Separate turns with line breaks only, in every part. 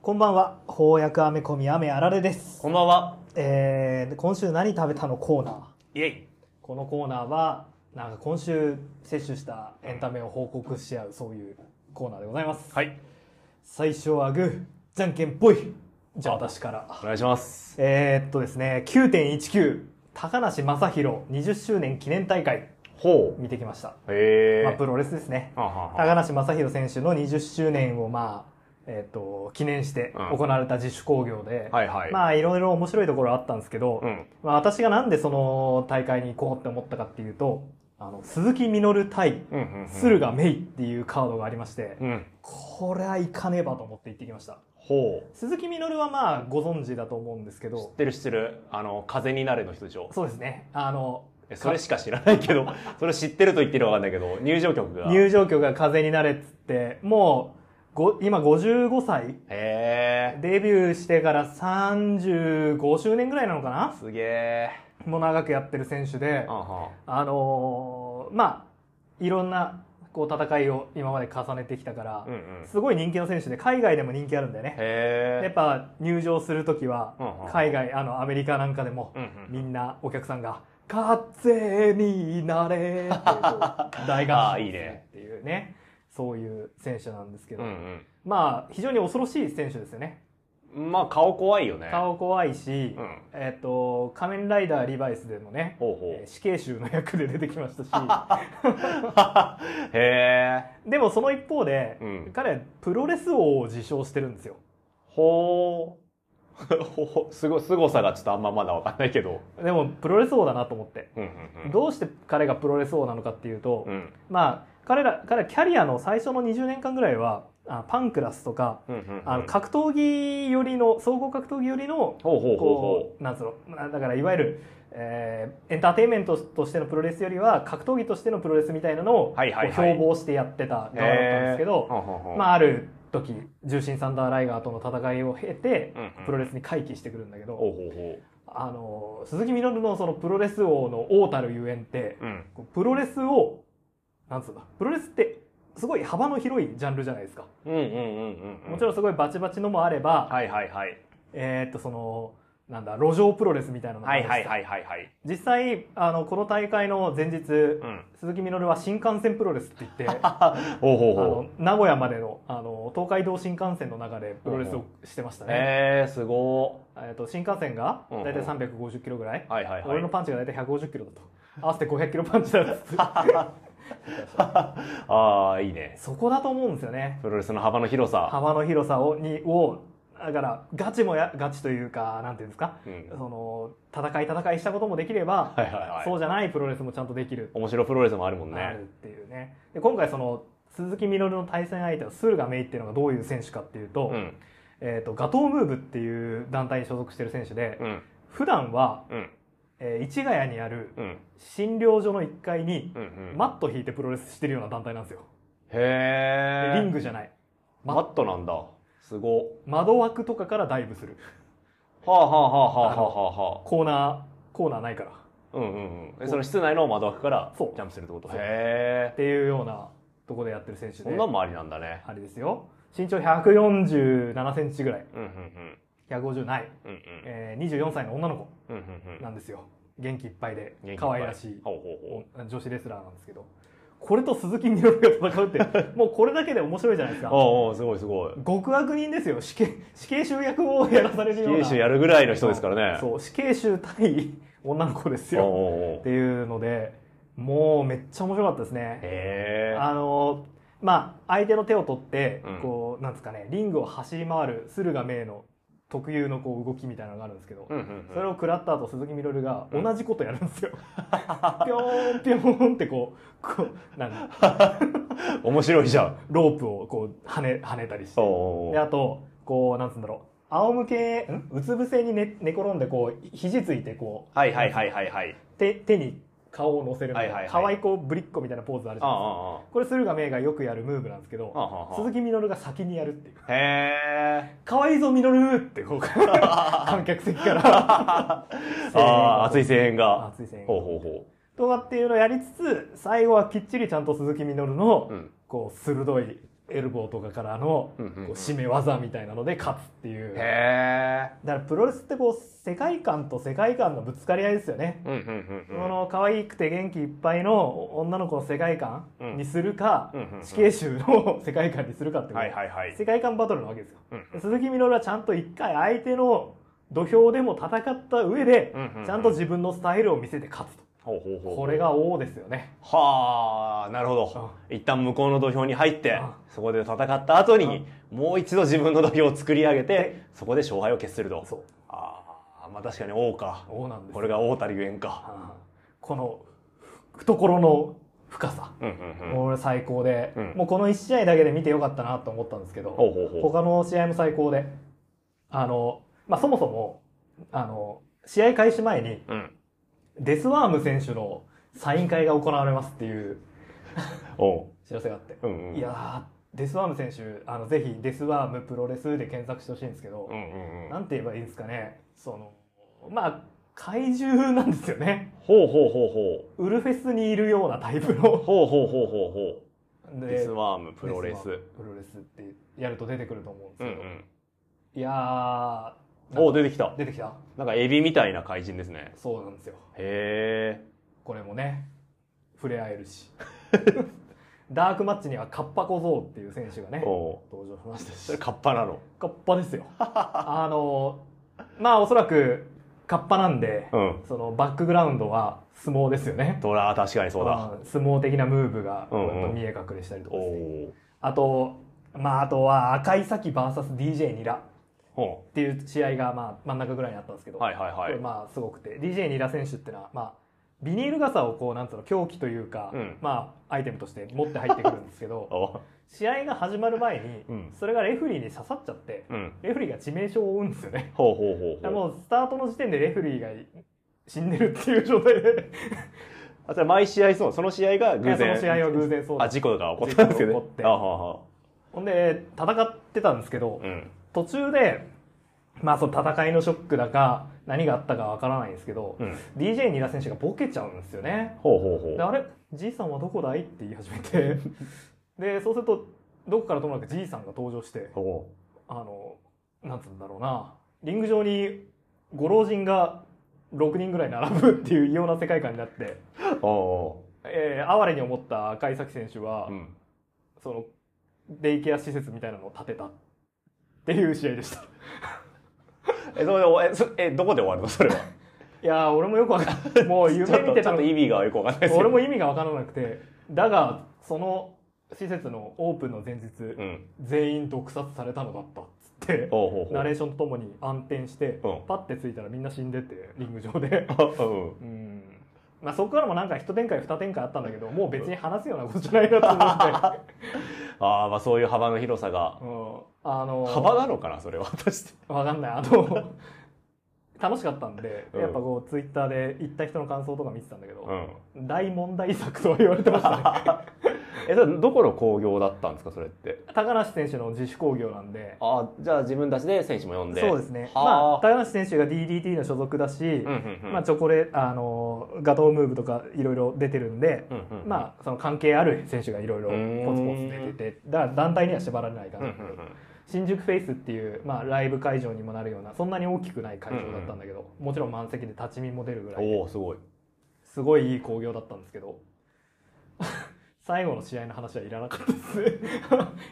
こんばんは翻訳アメコミアメあられです、
こんばんは。
えー、今週何食べたのコーナー
イエイ。
このコーナーはなんか今週摂取したエンタメを報告し合うそういうコーナーでございます
はい。
最初はグーじゃんけんぽいじゃあ私から
お願いします。
えー、っとですね9.19高梨正宏20周年記念大会
ほ
見てきました、
う。へえ。
まあ、プロレスですね
はんはんはん
高梨正宏選手の20周年を、まあえー、と記念して
うん
行われた自主興行で、
はいはい。
まあいろいろ面白いところあったんですけど、
うん。
まあ、私がなんでその大会に行こうって思ったかっていうとあの鈴木みのる対
うんうんうん。
駿河芽衣っていうカードがありまして、
うん。
これはいかねばと思って行ってきました
ほ
鈴木みのるはまあご存知だと思うんですけ
う。知っ
ど
てる知ってる。あの、風になれの人でしょ。
そうですねあの
えそれしか知らないけ ど、それ知ってると言ってるわかんないけど、入場曲が。
入場曲が「風になれ」っつってもうご今55歳
へえ。
デビューしてから35周年ぐらいなのかな
すげえ。
もう長くやってる選手で
はんは
あのーまあいろんなこう戦いを今まで重ねてきたから
ん。う、んうん。
すごい人気の選手で海外でも人気あるんだよね
へえ。
やっぱ入場する時は
うんうん
海外あのアメリカなんかでも
うん
み
うん。
んなお客さんが「風になれ」っていうこう大合
あー
唱
い
する
いね
っていうねそういう選手なんですけ
う
ど、
ん
まあ非常に恐ろしい選手ですよね
うん。まあ、顔怖いよね。。
顔怖いし、
うん。
えっと「仮面ライダーリバイス」でもね、
ほう
え ー死刑囚の役で出てきましたし
ほう。へえ。
でもその一方で、
うん
彼はプロレス王を自称してるんですよ
ほう。ほほ、すご、凄さがちょっとあんままだわかんないけど。
でもプロレス王だなと思って
うんうんうん。
どうして彼がプロレス王なのかっていうと、
うん。
まあ彼ら彼らキャリアの最初の20年間ぐらいはあパンクラスとか
うんうんうん
あの格闘技寄りの総合格闘技寄りの
ほうほうほ
こうなんつうのなだからいわゆる、えーエンターテインメントとしてのプロレスよりは格闘技としてのプロレスみたいなのを、
はいはい
こう
はい
標榜してやってた側だった
うほう。
んですけど、ま
あ、
あ、ある時重心サンダーライガーとの戦いを経て
うんうん
プロレスに回帰してくるんだけど、
ほうほうほ
あの鈴木みのるのそのプロレス王の王たるゆえんって、
う。うん。
こうプロレスをなんつうんだプロレスってすごい幅の広いジャンルじゃないですか、
うんうんうんうん。
もちろん
ん。
すごいバチバチのもあれば、
はいはいはい。
えーっとそのなんだ路上プロレスみたいなのもあ
は
る
い
し
はいはいはいはい。
実際あのこの大会の前日、
うん。
鈴木みのるは新幹線プロレスって言って あ
ほうほうほ
の
う。
名古屋までのあの東海道新幹線の中でプロレスをしてましたね、
えー、すご
えーっと新幹線が
うんうん
大体350キロぐらい、
ー。はいはいはい。
俺のパン チが大体150キロだと合わせて500キロパンチだっつって
ああ、いいね。
そこだと思うんですよね
プロレスの幅の広さ。
幅の広さをにをだからガチもやガチというかなんていうんですか、
うん
その戦い戦いしたこともできれば、
はいはいはい。
そうじゃないプロレスもちゃんとできる、
面白いプロレスもあるもん
あ
ね
る。っていうねで今回その鈴木みのるの対戦相手の駿河芽衣っていうのがどういう選手かっていうと,、
うん。
えー、とガトームーブっていう団体に所属してる選手で、
うん。
普段は、
うん。
えー市ヶ谷にある
うん。
診療所の1階に
うんうん。
マット引いてプロレスしてるような団体なんですよ、
へ
で
え。
リングじゃない
マットなんだ。すごっ。
窓枠とかからダイブする
はあはあはあはあはあはあ。
コーナーコーナーないから
うんうんうん。えその室内の窓枠からジ
そう
ャンプするってこと
そう
へ
っ
え。
ていうようなとこでやってる選手
そ
で
んなんもありなんだね。
あれですよ身長147センチぐらい
うんうんうん。
150ない、
うんうん。
えー、24歳の女の子
うんうん
なんですよ元気いっぱいで
うん。
可愛らしい
ほうほうほ
女子レスラーなんですけどこれと鈴木みのるが戦うって もうこれだけで面白いじゃないです
う。
か
おうおうすごいすごい。
極悪人ですよ死刑死刑囚役をやらされるよう
九
な
州やるぐらいの人ですからね。
そう死刑囚対女の子です
おう
よ
おうお
っ
う。
ていうのでもうめっちゃ面白かったですね
へえ。
あのまあ相手の手を取って、
うん
こうなんですかねリングを走り回る駿河明の特有のこう動きみたいなのがあるんですけど、
うんうんうん。
それを食らった後鈴木みのるが
うん
同じことやるん ですよ、ぴょーんぴょーんってこうこうなん
面白いじゃん。
ロープをこう跳ね跳ねたりし
おう
て
おう
で
おう。
あとこうなんつうんだろう仰向けんうつ伏せに寝寝転んでこう肘ついてこ
はいはいはいはいはい。
う手手に顔を乗せるみたい
はいはい
な
はい
可愛い子ぶりっ子みたいなポーズあるじ
あ
ゃ
あ
ないですか
あ
これ駿河明がよくやるムーブなんですけど
あああああ。
鈴木みのるが先にやるっていう
へえ。
「かわいいぞみのる!」ってこう 観客席から
ああ、熱い声援が。
熱い声援
ほうほうほ
とかっていうのをやりつつ最後はきっちりちゃんと鈴木みのるの
う。うん。
こう鋭いエルボーとかからの
うんうんうん
こう締め技みたいなので勝つっていうだか
へえ。
らプロレスってこう世界観と世界観のぶつかり合いですよね、
うんうん
この可愛くて元気いっぱいの女の子の世界観にするか、
うんうんうんうん
死刑囚の世界観にするかってこと、
はいはいはい。
世界観バトルなわけですよ
うん
鈴木みのるはちゃんと一回相手の土俵でも戦った上で、
うんうんうん
ちゃんと自分のスタイルを見せて勝つと
ほうほうほう。
これが王ですよね
はあ、なるほど。一旦向こうの土俵に入って
あ、
そこで戦った後に、もう一度自分の土俵を作り上げて、そこで勝敗を決すると。
そう
ああ、まあ確かに王か。
王なんですよ
これが王たるゆえんか。
あーこの懐の深さ、
うんうんうん。
もう俺最高で、
うん
もうこの1試合だけで見てよかったなと思ったんですけど、
ほうほうほう。
他の試合も最高であの、まあ、そもそもあの試合開始前に
うん。
デスワーム選手のサイン会が行われますっていう
おう。
知らせがあって、
うんうん。
いやーデスワーム選手あのぜひ「デスワームプロレス」で検索してほしいんですけど、
うんうんうん。
なんて言えばいいんですかねそのまあ怪獣なんですよね
ほうほうほうほう。
ウルフェスにいるようなタイプの
ほうほうほうほうほう。
で
デスワームプロレ
デ
ス。
スワームプロレスってやると出てくると思うんです
うんう
けど、
ん。
いやー
お
な
お、
んか
出てきた。
出てきた
なんかエビみたいな怪人ですね。
そうなんですよ
へえ。
これもね触れ合えるし ダークマッチにはカッパ小僧っていう選手がね
おおう。
登場しました
それ
し
カッパなの。
カッパですよあのまあおそらくカッパなんで、
うん。
そのバックグラウンドは相撲ですよね
ドラー確かにそうだ。
うん相撲的なムーブが
うんうん
こうやっぱ見え隠れしたりとか
お
ですね
お。
あとまああとは赤井咲 VSDJ ニラっ
ほ
ていう試合がまあ真ん中ぐらいにあったんですけど、
う。はいはいは
これ
い。
まあすごくて DJ ニラ選手ってのはまあビニール傘をこうなんつうの凶器というか、
うん
まあアイテムとして持って入ってくるんですけ ど
お
試合が始まる前に、
うん
それがレフェリーに刺さっちゃって
うん。
レフェリーが致命傷を負うんですよ ね
ほうほう
だから
ほうほう。
もうスタートの時点でレフェリーが死んでるっていう状態で
あ、それ毎試合そう。その試合が
いや
偶
そ
然。
の試合は偶然そう
あ、
だ
事故が起こったんですけど
事故が
ね
起こって
あはは。
ほんで戦ってたんですけど、
うん。
途中でまあその戦いのショックだか何があったかわからないんですけど、
うん
DJ ニラ選手がボケちゃうんですよね
ほうほうほ
で
う。
あれじいさんはどこだいって言い始め てでそうするとどこからともなくじいさんが登場して
ほ
あのなんつうんだろうなリング上にご老人が6人ぐらい並ぶっていう異様な世界観になって、
う。おお
えー、哀れに思った赤井崎選手は、
う。うん。
そのデイケア施設みたいなのを建てたっていう試合でした。
え、それでお、え、そえ、どこで終わるのそれは。
いやー俺もよくわかんない。 もう
ちょ
夢
っと
見て
ち
た
ょっ
の
と意味がよくわかんないですけど。
俺も意味がわからなくて。だが、その施設のオープンの前日、
うん。
全員毒殺されたのだったっつって、
ほうほうほう。
ナレーションとともに暗転して、
うん
パッて着いたらみんな死んでて、リング上で。
あうん。
うん。まあそこからもなんか一展開二展開あったんだけど、もう別に話すようなことじゃないなと
ああ、まあそういう幅の広さが。
思っ て。 うん。あのー
幅なのかなそれは。果たして。
わかんないあの 楽しかったんで、
うん
やっぱこうツイッターで行った人の感想とか見てたんだけど、
ん。
大問題作とは言われてま したね
え、それどこの興行だったんですかそれって。
高梨選手の自主興行なんで
ああ、じゃあ自分たちで選手も呼んで。
そうですね、まあ、
はあ。
高梨選手が DDT の所属だし、
うんうんうん。
まあ、チョコレあのガトームーブとかいろいろ出てるんで、
うんうんうん
まあ、その関係ある選手がいろいろポツポツ出ててだから団体には縛られない感
うん
じ
う
だ
ん
けど、
うん。
新宿フェイスっていう、まあ、ライブ会場にもなるようなそんなに大きくない会場だったんだけど、もちろん満席で立ち見も出るぐらいで
おお、すごい。
すごいいい興行だったんですけど 最後の試合の話はいらなかったです ね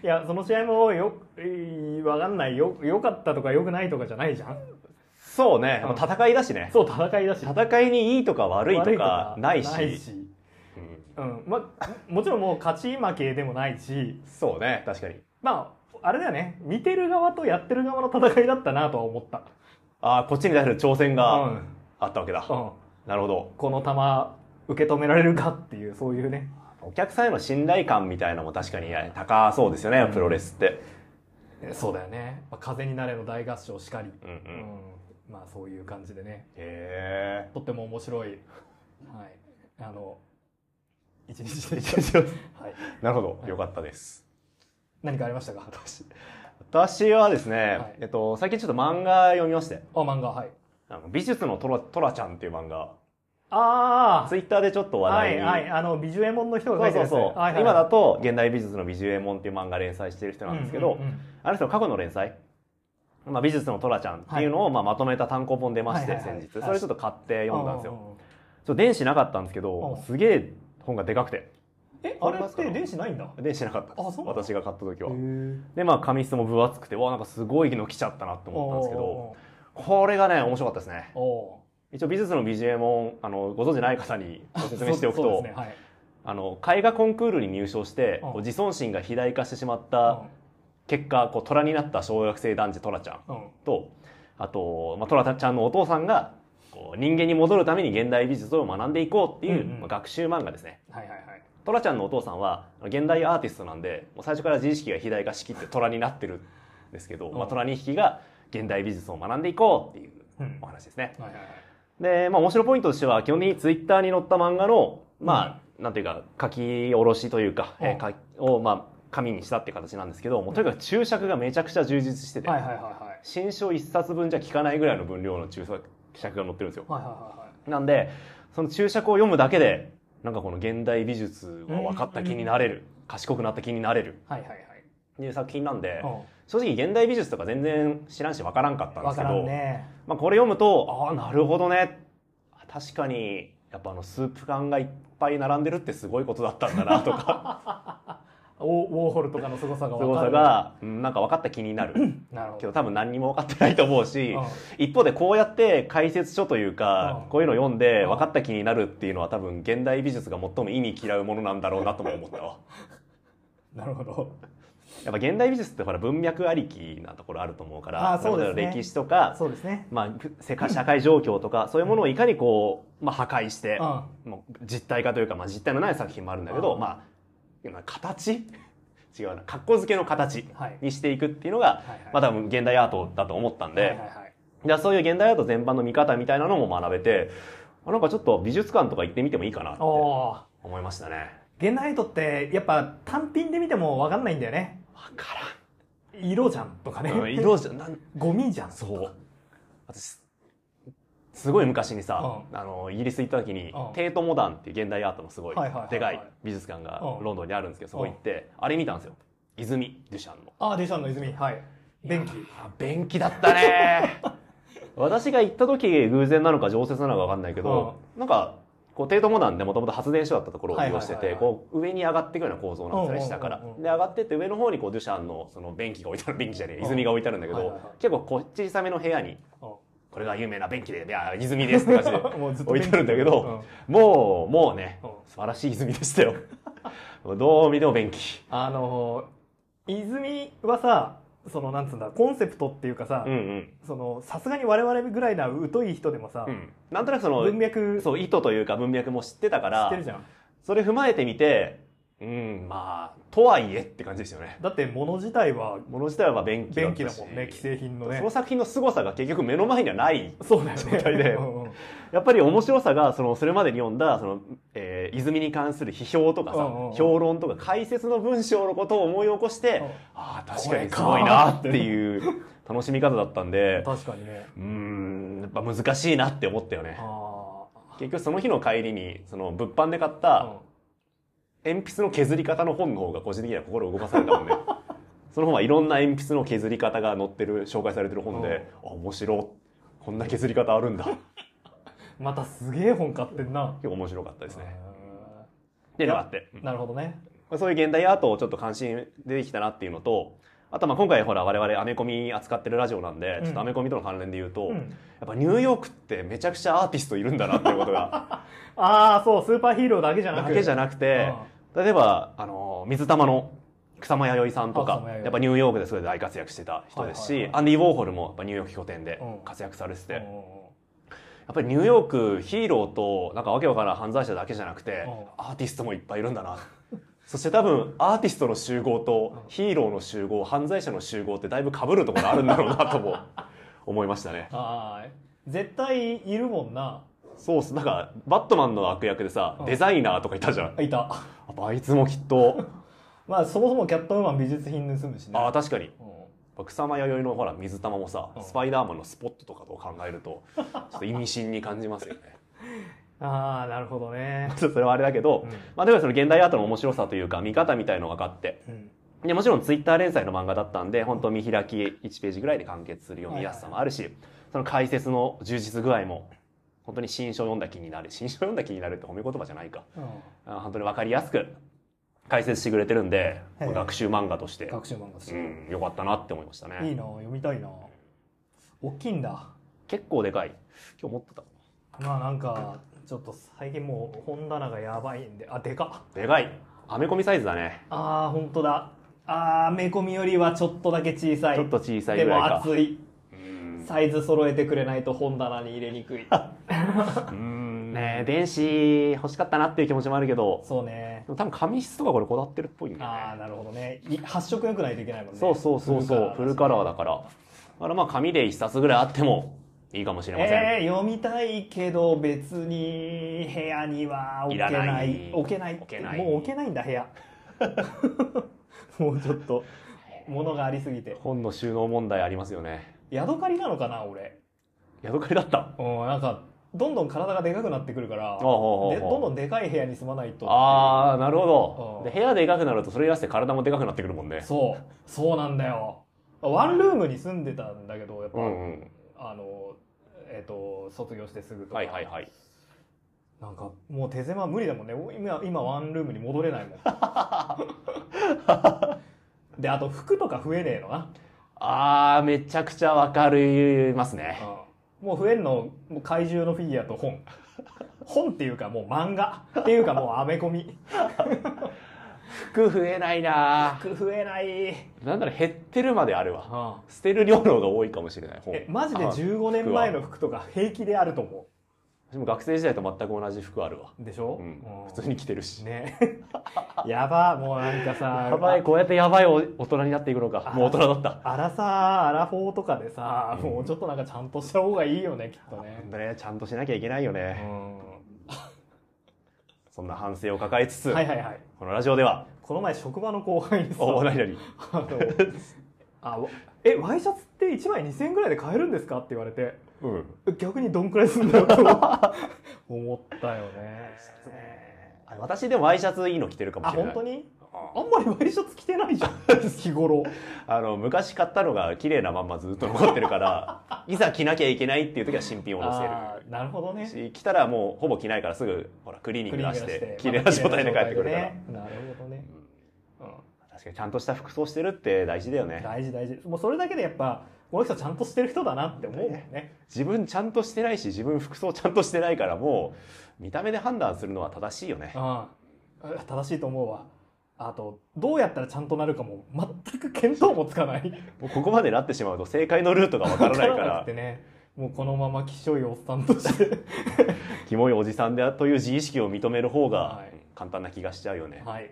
いやその試合もよいいわかんないよ良かったとか良くないとかじゃないじゃん
そうね。
うん
戦いだしね。
そう戦いだし
戦いにいいとか悪いとかないし。う
う
ん
んま、もちろんもう勝ち負けでもないし
そうね。確かに。
まああれだよね見てる側とやってる側の戦いだったなとは思った
ああ、こっちに対する挑戦
うん
があったわけだ。
うん、
なるほど。
この球受け止められるかっていうそういうね
お客さんへの信頼感みたいなのも確かに高そうですよね、プロレスって。
そうだよね「まあ、風になれ」の大合唱しかり、
うん
う
う。
んまあそういう感じでね
へえ。
とっても面白い、はい、あの一日でし はい、
なるほど。よかったです。
何かありましたか
私はですね、
はい
えっと、最近ちょっと漫画読みまして、
あ漫画はい
あの美術のトラトラちゃんっていう漫画、
あ
ツイッターでちょっと
あ、
話
は
題
い
に、
はい、あの、ビジュエモンの人が
そ
書い
う
て
そ
る
う
やつ
そう、
はいはい
今だと「現代美術の美術衛門」っていう漫画連載してる人なんですけど、
うんうんうん
あの人の過去の連載「まあ、美術のトラちゃん」っていうのを、まあ、まとめた単行本出まして、
はいはいはい
先日
はい
それちょっと買って読んだんです
う
よ
うう
ちょっと電子なかったんですけ
う
ど
ん
すげえ本がでかくて
え、あれって電子ないんだ。
電子なかったで
あ
す
そうなの
私が買った時
へ
は
ー
でまあ紙質も分厚くてわあなんかすごいの来ちゃったなって思ったんですけど
お
これがね面白かったですね
ーお
一応美術の美術衛門あのご存知ない方にご
ー
説明しておく
そう
と、
ですねはい
あの絵画コンクールに入賞して
うん
こう自尊心が肥大化してしまった結果こう虎になった小学生男児トラちゃん
うんうん
とあと、まあ、トラちゃんのお父さんがこう人間に戻るために現代美術を学んでいこうっていう、
うんうん
まあ学習漫画ですね
はいはいはい。
トラちゃんのお父さんは現代アーティストなんでもう最初から自意識が肥大化しきって虎になってるんですけど、
うん
まあ、虎2匹が現代美術を学んでいこうっていう
うん
お話ですね。
はいはいはい。
で、まあ、面白いポイントとしては基本的にツイッターに載った漫画のまあ、なんていうか書き下ろしというか、えー
う
かをまあ紙にしたって形なんですけどもうとにかく注釈がめちゃくちゃ充実してて、
はいはいはいはい。
新書1冊分じゃ効かないぐらいの分量の注釈が載ってるんですよ。
はいはいはいはい。
なんでその注釈を読むだけでなんかこの現代美術は分かった気になれる、賢くなった気になれる
はいはいはい。
っていう作品なんで、
うん
正直現代美術とか全然知らんし分からんかったんで
わ
す
か
け
ら
ど、
んね。
まあ、これ読むとああなるほどね確かにやっぱあのスープ缶がいっぱい並んでるってすごいことだったんだな とか
おウォーホルとかの凄さが
す
分
ご
か
さ
る。
がうんなんか分かった気に なる
なるほ
け
ど。
ど多分何にも分かってないと思うし、
うん
一方でこうやって解説書というか、
うん
こういうの読んで
うん
分かった気になるっていうのは多分現代美術が最も意に嫌うものなんだろうなとも思ったわ
なるほど。
やっぱ現代美術ってほら文脈ありきなところあると思うから
あーそうですね
歴史とか、
そうですね。
まあ、世界社会状況とかそういうものをいかにこう、まあ、破壊して
う、ん。
もう実体化というか、まあ、実体のない作品もあるんだけど、
うん
まあまあ形 違うな格好付けの形
はい。
にしていくっていうのが、
はいはい
まあ、多分現代アートだと思ったんで。
はいはいはい。
じゃあそういう現代アート全般の見方みたいなのも学べて、あなんかちょっと美術館とか行ってみてもいいかなって
お
思
お。
いましたね。
ゲンナイトってやっぱ単品で見ても分かんないんだよね。
わか
色じゃんとかね。
らん。色じゃ、なん、
ゴミじゃん。
そう。私、すごい昔にさ、あの、イギリス行った時に、
うん
テートモダンっていう現代アートのすごい
はいはいはいはい
でかい美術館が
うん
ロンドンにあるんですけど、そこ行って、あれ見たんですよ。泉、デュシャンの。
ああ、デシャンの泉。はい。便器。
あ便器だっ たね私が行った時偶然なのか常設なのか分かんないけど、なんかこうテートモダンでもともと発電所だったところを利用して
はい
て
はいはい
こう上に上がっていくような構造なんですよね下から
うんうんうんうん
で上がってって上の方にこうデュシャンのその便器が置いてある便器じゃねえ
うん
泉が置いてあるんだけ
はいはい
ど
はい
結構こっち小さめの部屋に
うん
これが有名な便器でい や泉ですって感じで
もうず
置いてあるんだけどもうもうね
うんうん
素晴らしい泉で したよもうどう見ても便器
あのー、泉はさ、そのなんつうんだ、コンセプトっていうかさ、
うんうん
そのさすがに我々ぐらいな疎い人でもさ、
うんなんとなくその
文脈知っ
そう意図というか文脈も知ってたから
てるじゃん。
それ踏まえてみてうんまあとはいえって感じですよね
だって物自体は
もの自体は便器だ
便
ったし
器だもんね、既製品のね
その。作品の凄さが結局目の前にはない
そうだよ
状態で
ね。うんうん
やっぱり面白さがそのそれまでに読んだその、えー泉に関する批評とかさ、
うんうんうん
評論とか解説の文章のことを思い起こして、
うん
ああ確かにすごいなっていう楽しみ方だったんで
確かにね。
うんやっぱ難しいなって思ったよね
あ
結局その日の帰りにその物販で買っ
あ。
た
うん
鉛筆の削り方の本の方が個人的には心を動かされた もんねその本はいろんな鉛筆の削り方が載ってる紹介されてる本で、あ面白いこんな削り方あるんだ結
またすげえ本買ってんな。
構面白かったですね
あ
っていうのがあって、
ーなるほどね。
うんそういう現代アートをちょっと関心出てきたなっていうのとあとまあ今回ほら我々アメコミ扱ってるラジオなんで、
うん
ちょっとアメコミとの関連で言うと、
う
や
ん
っぱニューヨークってめちゃくちゃアーティストいるんだなってい うことが
ああ、そう、スーパーヒーローだけじゃなく
だけじゃなくて、例えばあの水玉の草間弥生さんと
あ
か
草間弥生
やっぱニューヨークですごい大活躍してた人ですし、
はいはいはい
アンディ・ウォーホルもやっぱニューヨーク拠点で
うん
活躍されてて、
うん
やっぱりニューヨークヒーローとなんかわけわからん犯罪者だけじゃなくて、
うん
アーティストもいっぱいいるんだな そして多分アーティストの集合と
うん
ヒーローの集合犯罪者の集合ってだいぶ被るところあるんだろうなとも 思いましたね
ああ、絶対いるもんな。
そうっすなんかバットマンの悪役でさ、
うん
デザイナーとかいたじゃんや
あいた。
っぱあいつもき っと
まあ、そもそもキャットウーマン美術品盗むしね。
ああ確かに
うん
草間弥生のほら水玉もさ、
うん
スパイダーマンのスポットとかと考えるとちょっと意味深に感じますよね
ああなるほどね
ちょっと それはあれだけど、まあ、だからその現代アートの面白さというか見方みたいのが分かって
うんうん
でもちろんツイッター連載の漫画だったんで本当見開き1ページぐらいで完結する読みやすさもあるし、その解説の充実具合も本当に新書読んだ気になる新書読んだ気になるって褒め言葉じゃないか
うん
あ本当に分かりやすく解説してくれてるんで、
はい
学習漫画として、
学習漫画とし
う
て、
ん、よかったなって思いましたね
いいな読みたいな大きいんだ
結構でかい今日持ってた
まあなんかちょっと最近もう本棚がやばいんであでかっ
でかいアメコミサイズだね
あー本当だあーメコミよりはちょっとだけ小さい
ちょっと小さい
で
ぐらい
も
か
厚い
うん
サイズ揃えてくれないと本棚に入れにくい
うんねえ電子欲しかったなっていう気持ちもあるけど
そうね
でも多分紙質とかこれこだわってるっぽいんだよね
ああなるほどねい発色良くないといけないもんね
そうそうそうそうフルカラーだからだからまあ紙で一冊ぐらいあってもいいかもしれません、
えー、読みたいけど別に部屋には置けない
いらない
置けないって
置けない
もう置けないんだ部屋 もうちょっと物がありすぎて
本の収納問題ありますよね
宿借りなのかな俺
ヤドカリだった
うんなんかどんどん体がでかくなってくるから
ほうほうほう
でどんどんでかい部屋に住まないと
ああなる
う
ほど
ん
で部屋でかくなるとそれに合わせて体もでかくなってくるもんね
そうそうなんだよワンルームに住んでたんだけどやっぱ、
うんうん
あのえっ、と卒業してすぐとか、
はいはいはい
なんかもう手狭無理だもんねお今今ワンルームに戻れない もんであと服とか増えねえのな、
あーめちゃくちゃわかりますね
うんもう増えんのもう怪獣のフィギュアと本本っていうかもう漫画っていうかもうアメコミ
服増えないな
服増えない、
なんだろう減ってるまであるわ
うん
捨てる量の方が多いかもしれない本
えマジで
あ
15年前の服とか平気であると思
私も学生時代と全く同じ服あるわ
うでしょ、
うん
うん
普通に着てるし
ね やばもうなんかさ
やばいこうやってやばいお大人になっていくのか
あ
もう大人だった
アラサーアラフォーとかでさ、
うん
もうちょっとなんかちゃんとした方がいいよねきっと
本
ね、
当ねちゃんとしなきゃいけないよ
う
ね、
ん、
そんな反省を抱えつつ、
はいはいはい
このラジオでは
この前職場の後輩にさ
お何々
あのあわえワイシャツって1枚2000円ぐらいで買えるんですか?」って言われて
うん
え逆にどんくらいすんだ よと思ったよね
あ私でもワイシャツいいの着てるかも
あ
しれな
本
い
当にあ
あ
んまりワイシャツ着てないじゃん 日頃
あの昔買ったのが綺麗なまんまずっと残ってるから いざ着なきゃいけないっていう時は新品を下ろ
あーなるほどね
せるし着たらもうほぼ着ないからすぐほらクリーニン
ク
グ
リーニン
出し
グ
て
出
綺麗 な状態で帰ってく
また綺麗な状態で
るから、
ねなるほどね
う、ん
うん
確かにちゃんとした服装してるって大事だよね
大事大事もうそれだけでやっぱこの人ちゃんとしてる人だなって思うもんね
自分ちゃんとしてないし自分服装ちゃんとしてないからもう見た目で判断するのは正しいよね
ああ正しいと思うわあとどうやったらちゃんとなるかも全く見当もつかない
もうここまでなってしまうと正解のルートがわからないか
わな
ら
くてねもうこのままきしょいおっさんと して
キモいおじさんであという自意識を認める方
は
が
い
簡単な気がしちゃうよね、
はい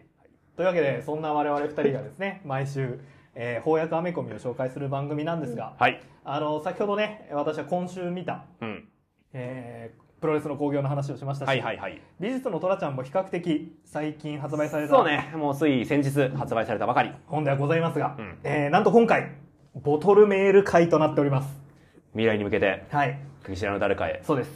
というわけでそんな我々2人がですね毎週、えー、翻訳アメコミを紹介する番組なんですが、
はい
あの先ほどね私は今週見た、
うん、
えープロレスの興行の話をしましたし、
はいはいはい
美術のトラちゃんも比較的最近発売された
そうねもうつい先日発売されたばかり
本ではございますが、
うん
えーなんと今回ボトルメール会となっております
未来に向けて
はい
見知らぬ誰かへ
そうです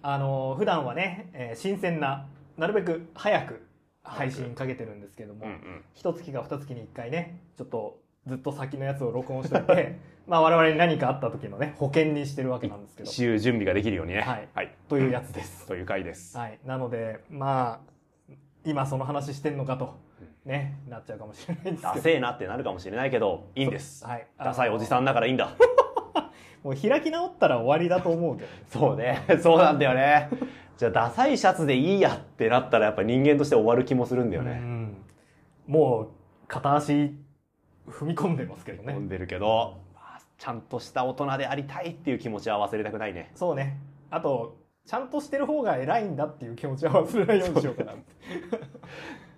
あのー普段はね、えー新鮮ななるべく早く配信かけてるんですけども、
うん
一月か二月に一回ねちょっとずっと先のやつを録音しておい てまあ我々に何かあった時のね保険にしてるわけなんです
う
け
ん
ど
週準備ができるようにね
はい
はい、
というやつです
という回です、
はいなのでまあ今その話してんのかとねなっちゃうかもしれないんです
ダ
けど
セえなってなるかもしれないけどいいんです、
はい
ダサいおじさ
ん
んだからいいんだ
もう開き直ったら終わりだと思うけどね
そうね、 そうなんだよね。じゃあ、ダサいシャツでいいやってなったら、やっぱ人間として終わる気もするんだよ
う
ね。
んもう片足踏み込んでますけど
飲
ね
んでるけど、まあちゃんとした大人でありたいっていう気持ちは忘れたくないね。
そうねあとちゃんとしてる方が偉いんだっていう気持ちは忘れないようにしようかな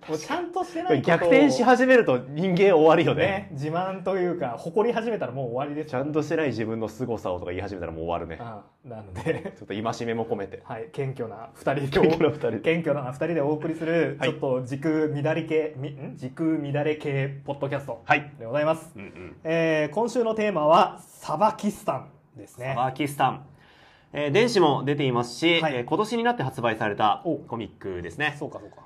もうちゃんとしてないことを
逆転し始めると人間終わるよ
ね
ね。
自慢というか誇り始めたらもう終わりです
ちゃんとしてない自分の凄さをとか言い始めたらもう終わるね。
ああなので
ちょっと戒めも込めて。
はい謙虚な2人
今
で
日の二人で。
謙虚な2人でお送りする
は
ち
い
ょっと軸乱れ系、みん軸乱れ系ポッドキャスト
はい。
でございます、
うんうん。
えー今週のテーマはサバキスタンですね
パキスタン。
えー電子も出ていますし、
はい
えー今年になって発売された
お
コミックですね。
そうかそうか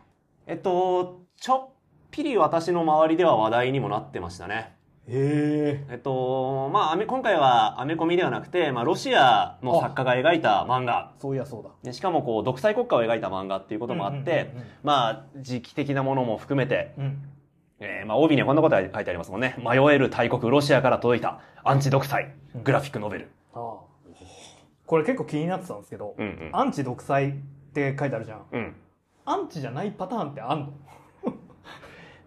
えっと、ちょっぴり私の周りでは話題にもなってましたね。
へえ
えっと、まあアメ、今回はアメコミではなくて、まあ、ロシアの作家が描いた漫画。
そういやそうだ
でしかもこう、独裁国家を描いた漫画っていうこともあって、
うんうんうん
まあ、時期的なものも含めて、
うん、うん
えーまあ、帯にはこんなことが書いてありますもんね。迷える大国ロシアから届いたアンチ独裁、グラフィックノベル。
ああこれ結構気になってたんですけど、
うんうん。
アンチ独裁って書いてあるじゃん
うん。
アンチじゃないパターンってあんの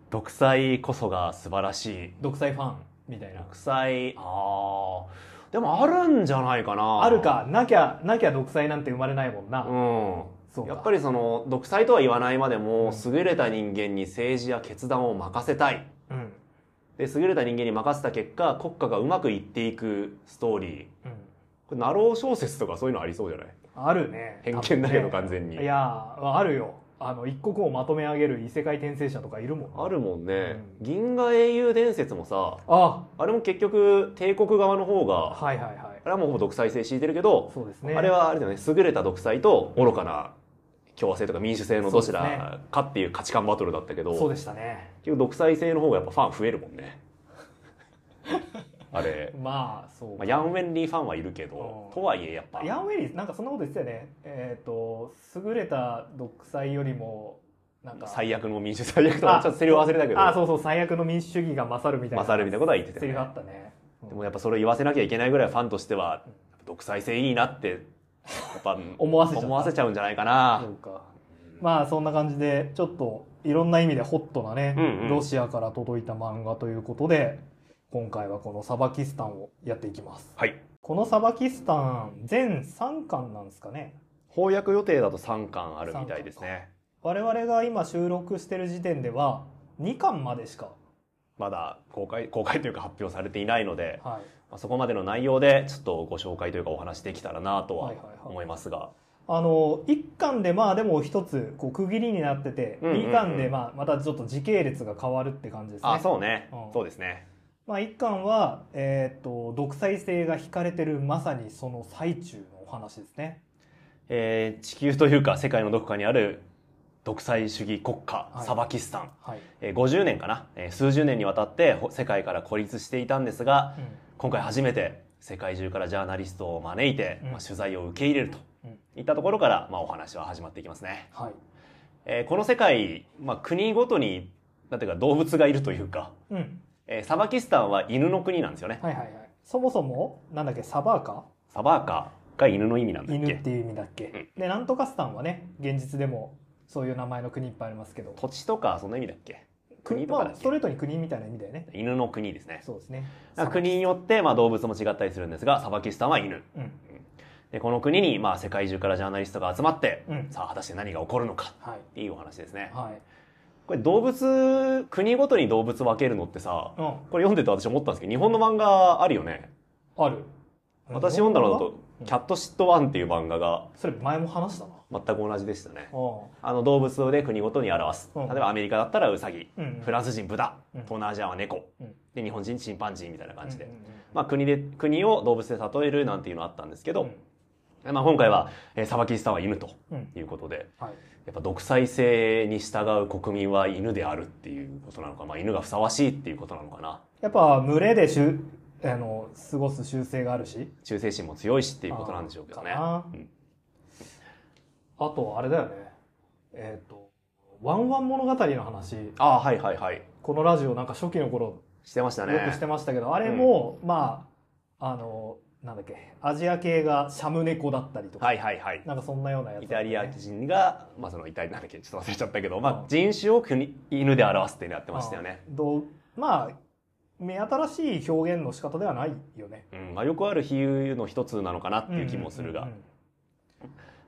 独裁こそが素晴らしい。
独裁ファンみたいな
独裁、ああ。でもあるんじゃないかな。
ある。かなきゃなきゃ独裁なんて生まれないもんな、
うん。
そうか
やっぱりその、独裁とは言わないまでも、
う
優れた人間に政治や決断を任せたい。
うんうん
で、優れた人間に任せた結果、国家がうまくいっていくストーリー。これ、ナロー小説とかそういうのありそうじゃない
あるね
偏見だけど
多分
完全に
ねいやーあるよあの一刻をまとめ上げる異世界転生者とかいるもん
あるもんね、
うん
銀河英雄伝説もさ
あ
あれも結局帝国側の方が
はいはいはい
あれはもうほぼ独裁性敷いてるけど、
そうですね
あれはあれだよね優れた独裁と愚かな共和制とか民主制のど
そう
ち
です
らかっていう価値観バトルだったけど、
そうでしたね
結局独裁性の方がやっぱファン増えるもん ねあれ、
まあそう
ま
か
あ、ヤン・ウェンリーファンはいるけど
うん
とはいえやっぱ
ヤンウェリーなんかそんなこと言ってたよねえっ、と優れた独裁よりもなんか
最悪の民主最悪とかちょっとセリフ忘れたけど
あそうそう最悪の民主主義が勝るみたいな
勝るみたいなことは言ってた
セリ
よ
フあ
ね
ったね
でもやっぱそれを言わせなきゃいけないぐらいファンとしては独裁性いいなってやっぱ
思わせちゃった
思わせちゃうんじゃないか
そ
な
うかまあそんな感じでちょっといろんな意味でホットなね、
うんうん
ロシアから届いた漫画ということで今回はこのサバキスタンをやっていきます
はい
このサバキスタン全3巻なんですかね
翻訳予定だと3巻あるみたいですね
我々が今収録してる時点では2巻までしか
まだ公開公開というか発表されていないので、
はい
まあ、そこまでの内容でちょっとご紹介というかお話できたらなとは
はいはいはい
思いますが、
あの1巻でまあでも一つこう区切りになってて、
うんうんうん
2巻でまあまたちょっと時系列が変わるって感じですね
あそうね、
うん
そうですね
まあ、1巻は、えーっと独裁性が引かれてるまさにその最中のお話ですね
えー地球というか世界のどこかにある独裁主義国家
はい
サバキスタン、
はい、
えー50年かな、えー数十年にわたってほ世界から孤立していたんですが今回初めて世界中からジャーナリストを招いて、
うん
まあ、取材を受け入れると
うん
いったところから、まあ、お話は始まっていきますね、
はい
えーこの世界、まあ、国ごとになんていうか動物がいるというか、
うん、
えーサバキスタンは犬の国なんですよね
はいはいはいそもそもなんだっけサバーカ
サバーカが犬の意味なんだっ
犬
け
っていう意味だっけ、でなんとかスタンはね現実でもそういう名前の国いっぱいありますけど
土地とかそんな意味だっけ国とかだっけ
まあ、ストレートに国みたいな意味だよね
犬の国ですね
そうですね
だから国によって、まあ、動物も違ったりするんですがサバキスタンは犬
うん
でこの国に、まあ、世界中からジャーナリストが集まって、
うん
さあ果たして何が起こるのか
はい
っていうお話ですね
はい
これ動物国ごとに動物分けるのってさ
うん
これ読んでて私思ったんですけど日本の漫画あるよね
ある
私読んだのだと
う
「
ん
キャットシットワン」っていう漫画が
それ前も話したな
全く同じでしたね
あ
あの動物で国ごとに表す
う
例え
ん
ばアメリカだったらウサギ
うん
フランス人豚
うん
東南アジアは猫
うん
で日本人チンパンジーみたいな感じで
うんうんうん
まあ国で国を動物で例えるなんていうのあったんですけ
う
ど
ん
まあ今回はえーサバキスタンは犬と
うん
いうことで
はい
やっぱ独裁性に従う国民は犬であるっていうことなのか、まあ、犬がふさわしいっていうことなのかな
やっぱ群れでしゅあの過ごす習性があるし
忠誠心も強いしっていうことなんでしょうけどね
あーか
うん
あとあれだよねえっ、と「ワンワン物語」の話
ああはいはいはい
このラジオなんか初期の頃
してましたね
よくしてましたけど、あれも、まああのなんだっけアジア系がシャム猫だったりとか、
はいはいはい
なんかそんなようなやつ
イ
だっ
タ
たね、
リア人が、まあ、そのイタリアなんだっけちょっと忘れちゃったけど、ま
う
あ
ん、
人種を国犬で表すっていうのやってましたよね、
あどうまあ目新しい表現の仕方ではないよね
うんまあ、よくある比喩の一つなのかなっていう気もするが、
うん
ま
うんうん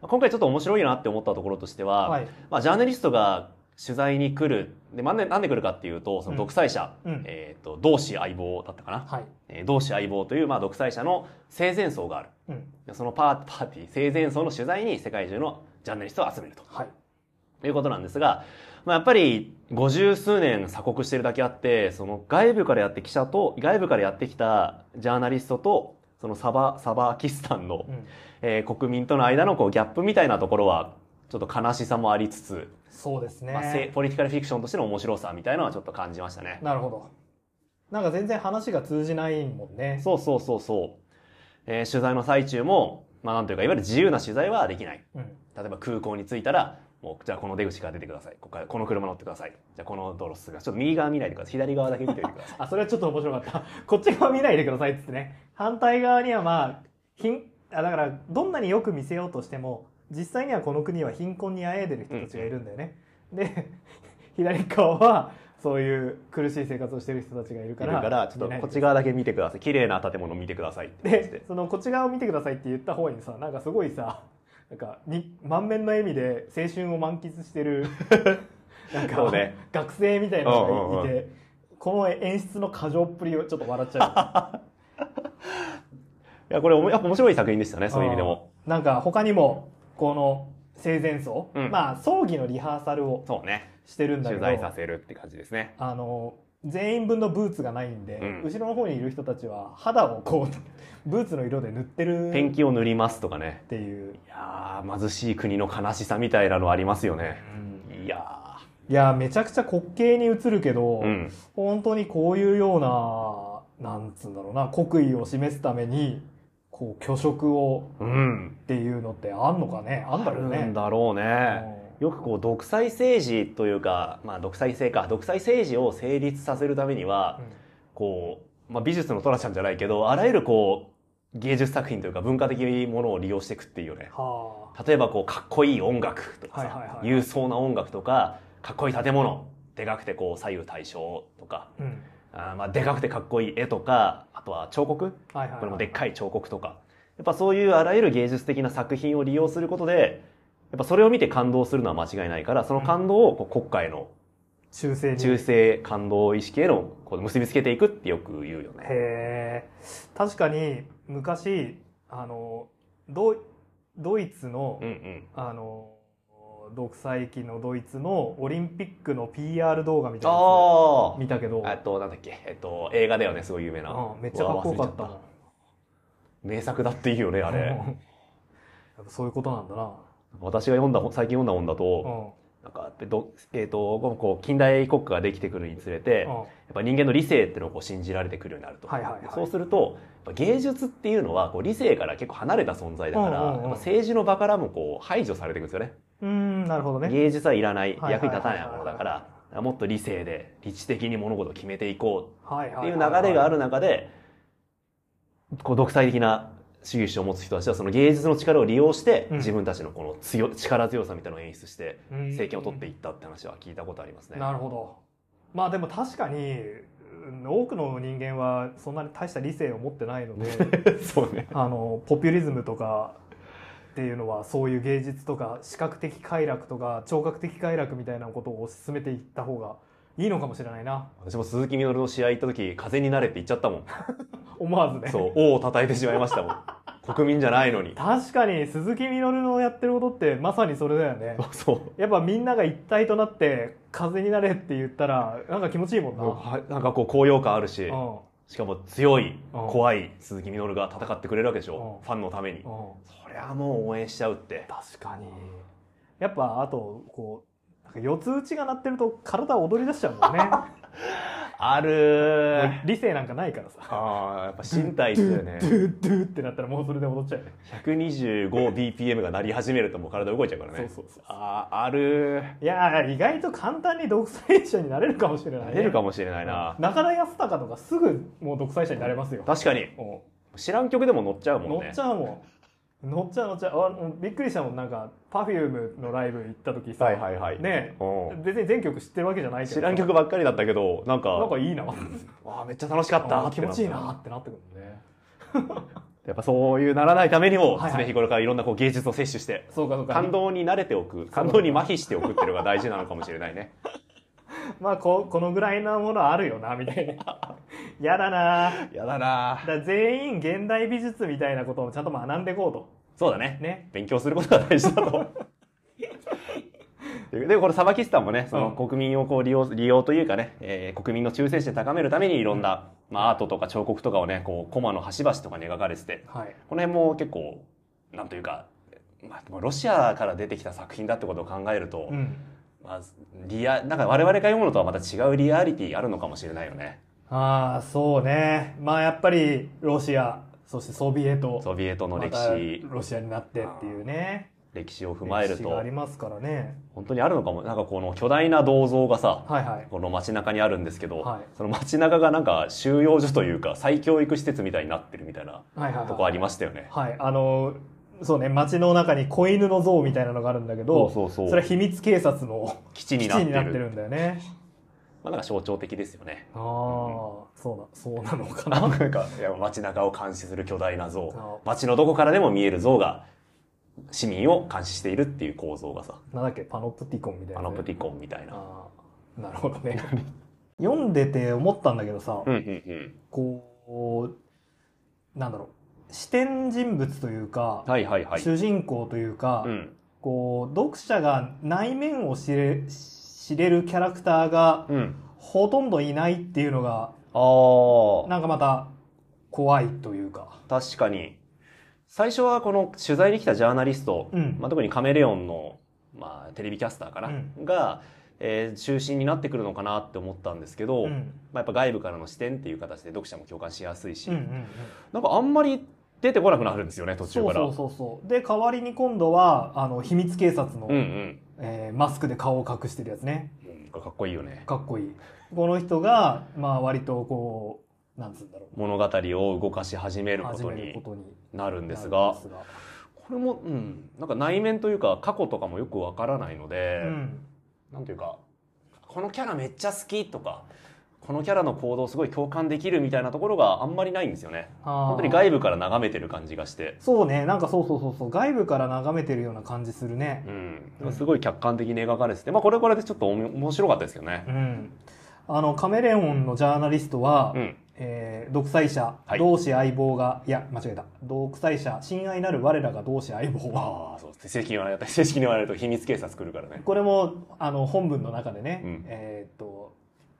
あ今回ちょっと面白いなって思ったところとして
うん
は、
はい
まあ、ジャーナリストが取材に来るでなんでなんで来るかっていうとその独裁者、
うんうん
えー、と同志相棒だったかな、
はい
えー同志相棒という、まあ、独裁者の生前葬がある
うん
でそのパーパーティー生前葬の取材に世界中のジャーナリストを集めると
はい
いうことなんですが、まあ、やっぱり五十数年鎖国してるだけあってその外部からやって記者と外部からやってきたジャーナリストとそそのサバサバキスタンの
う、ん、
えー国民との間のこうギャップみたいなところはちょっと悲しさもありつつ、
そうですね、
まあ、せポリティカルフィクションとしての面白さみたいなのはちょっと感じましたね。
なるほどなんか全然話が通じないもんね
そうそうそうそう。えー取材の最中も、まあなんというか、いわゆる自由な取材はできない。
う、ん、
例えば空港に着いたら、もう、じゃあこの出口から出てください。ここから、この車乗ってください。じゃあこの道路進んでください。ちょっと右側見ないでください。左側だけ見ておいてください。
あそれはちょっと面白かった こっち側見ないでくださいっつってね反対側にはまあ貧あだからどんなによく見せようとしても実際にはこの国は貧困にあえいでる人たちがいるんだよね、で 左側はそういう苦しい生活をしてる人たちがいる
だ
か
からら、ちょっ
見ない
とこ
で
っち側だけ見てください。綺麗な建物見てくださいって言って
で。そのこっち側を見てくださいって言った方にさなんかすごいさなんかに満面の笑みで青春を満喫して るなん
そ
か、
うね
学生みたいな人がいて、
うんうん
この演出の過剰っぷりをちょっと笑っちゃ
いや、これおも、やっぱ面白い作品でしたね、
う
そういう意味でも。
うんなんか他にもこの生前葬、
うん
まあ葬儀のリハーサルを
そうね。
してるんだけ
取
ど
材させるって感じですね。
あの全員分のブーツがないんで、
うん
後ろの方にいる人たちは肌をこうブーツの色で塗ってる
ペン
っ
キを塗りますとかね。
ていう、
いやー、貧しい国の悲しさみたいなのありますよね。いや
いやめちゃくちゃ滑稽に映るけど、
ー。うん。
本当にこういうような、なんつうんだろうな、国威を示すために、こう、虚飾を
うん。
っていうのってあんのかねあんだろう
ある
ね
ん。だろうね。
うん
よくこう独裁政治というか、まあ、独裁性か独裁政治を成立させるためにはこう、まあ、美術のトラちゃんじゃないけどあらゆるこう芸術作品というか文化的ものを利用していくっていうよね
はあ。
例えばこうかっこいい音楽とか
はいはい
さ
はい
勇壮な音楽とかかっこいい建物でかくてこう左右対称とか
うん。
あーまあでかくてかっこいい絵とかあとは彫刻
はいはいはい。
これもでっかい彫刻とかやっぱそういうあらゆる芸術的な作品を利用することでやっぱそれを見て感動するのは間違いないからその感動をこう国家への
中性に。
忠誠感動意識へのこう結びつけていくってよく言うよね。
へえ。確かに、昔、あの、ドイドイツの、
うんうん、
あの、独裁期のドイツのオリンピックの PR 動画みたいなや
あ
つ見たけど、
ああとなんだっけ、えっと、映画だよねすごい有名な、
うんめっちゃかっこよかった
う
もん。
わ忘れちゃた名作だっていいよねあ
うん
れ
やっぱそういうことなんだな。
私が読んだ最近読んだ本だ
う
と、
ん。
なんかえっと、えっと、こう近代国家ができてくるにつれて、
うん
やっぱ人間の理性っていうのをこう信じられてくるようになると、
はいはいはい
そうするとやっぱ芸術っていうのはこう理性から結構離れた存在だから、
うんうんうん
やっぱ政治の場からもこう排除されていくんですよね
うーん、なるほどね。
芸術はいらない
はいはい
役
はい
に立たないものだからもっと理性で理知的に物事を決めていこ
はいは
うっ
は
て
い。
いう流れがあ
る。
る中でこう独裁的な主義主張を持つ人たちはその芸術の力を利用して
うん
自分たちのこの強力強さみたいなのを演出して政権を取っていったって話は聞いたことありますね。
なるほど。まあでも確かに、うん多くの人間はそんなに大した理性を持ってないので、
そうね
あの、ポピュリズムとかっていうのはそういう芸術とか視覚的快楽とか聴覚的快楽みたいなことを推し進めていった方がいいのかもしれないな。
私も鈴木みのるの試合行った時風になれって言っちゃったもん
思わずね。
そう 王を叩いてしまいましたも ん国民じゃないのに
確かに鈴木みのるのやってることってまさにそれだよね。
そう
やっぱみんなが一体となって風になれって言ったらなんか気持ちいいもんな。
はいなんかこう高揚感あるし
うん
しかも強い
うん
怖い鈴木みのるが戦ってくれるわけでしょ
うん
ファンのため
う
に
ん、
そりゃもう応援しちゃうって
確かにやっぱあとこうなんか四つ打ちが鳴ってると体踊り出しちゃうもんね
ある
もう理性なんかないからさ
あーやっぱ身体ですよね
ドゥドゥってなったらもうそれで踊っちゃうよね
125bpm が鳴り始めるともう体動いちゃうからね
そうそうそう
あーある
いやー意外と簡単に独裁者になれるかもしれない、ね、
なれるか
も
もしれないな、
中田康隆とかすぐもう独裁者になれますよ、
確かに
うん
知らん曲でも乗っちゃうもん
乗
ね
っちゃうもん乗っちゃう乗っちゃうあうんびっくりしたもんなんか Perfume のライブ行った時さ、
はいはいはい
ね
うん
別に全曲知ってるわけじゃないけど
知らん曲ばっかりだったけどなんか
なんかいいな
わあめっちゃ楽しかった
あー
って
気
な
持
った
ちいいなってなってくるもんね
やっぱそういうならないためにも
はいはい
常日頃からいろんなこう芸術を摂取して
そうかそうか
感動に慣れておく感動に麻痺しておくっていうのが大事なのかもしれないね
まあここのぐらいなものあるよなみたいな やだなだ
やだな
から全員現代美術みたいなことをちゃんと学んでいこ
そうだね
うとね
勉強することが大事だと ででこれサバキスタンもねその
う
国民をこう利用利用というかね、えー国民の忠誠心を高めるためにいろんな、まあ、アートとか彫刻とかをねこうコマの端々とかに描かれてて
はい
この辺も結構なんというか、まあ、でもロシアから出てきた作品だってことを考えると、
うん
まあ、リアなんか我々が読むのとはまた違うリアリティあるのかもしれないよね
ああそうねまあやっぱりロシアそしてソビエト
ソビエトの歴史
またロシアになってっていうね
歴史を踏まえる
歴史が
と
ありますからね
本当にあるのかもなんかこの巨大な銅像がさ
はいはい
この街中にあるんですけど、
はい
その街中がなんか収容所というか再教育施設みたいになってるみたいな
はいはいはい
とこありましたよね。
はいあのそうね街の中に子犬の像みたいなのがあるんだけど
そうそうそう
れは秘密警察の
基地
基
に
地
なって
になって
る。
るんだよね
まあ、なんか象徴的ですよね。
ああそうなそうなのか な
な
ん
かいや街中を監視する巨大な
あ
像街のどこからでも見える像が市民を監視しているっていう構造がさ
なんだっけパノプティコンみたいな
ア
ね
ノプティコンみたいな。
ああなるほど ね読んでて思ったんだけどさ、
うんうん
こうなんだろう視点人物というか、
うん、はいはいはい。
主人公というか、
うん
こう読者が内面を知れ知れるキャラクターが
うん、
ほとんどいないっていうのが
あ
なんかまた怖いというか、
あ確かに最初はこの取材に来たジャーナリスト
うん
まあ、特にカメレオンの、まあ、テレビキャスターかな、
う
が、えー中心になってくるのかなって思ったんですけど、
うん
まあ、やっぱ外部からの視点っていう形で読者も共感しやすいし、
うんうんうん
なんかあんまり出てこなくなるんですよね途中
そ
か
う
ら。
そうそうそうで代わりに今度はあの秘密警察の、
うんうん
えーマスクで顔を隠してるやつね
うんかっこいいよね
かっこいいこの人がまあ割とこうなんつうんだろう
物語を動かし始めるこ
始
と
めるこ
に
とに
なるんですが
なるんです
これも、うん、なんか内面というか過去とかもよくわからないので、
がうん
なんていうかこのキャラめっちゃ好きとかこのキャラの行動すごい共感できるみたいなところがあんまりないんですよね。
本
本当に外部から眺めてる感じがして、
そうねなんかそうそうそうそう外部から眺めてるような感じするね
うん
うん
すごい客観的に描かれてて、まあ、これはこれでちょっとおも面白かったですよね
う。んあのカメレオンのジャーナリストは、
うん、
えー独裁者、
はい
同志相棒がいや間違えた独裁者親愛なる我らが同志相棒は
ああそう正式に言われた正式に言われると秘密警察来るからね。
これもあの本文の中でね、
うん
えーっと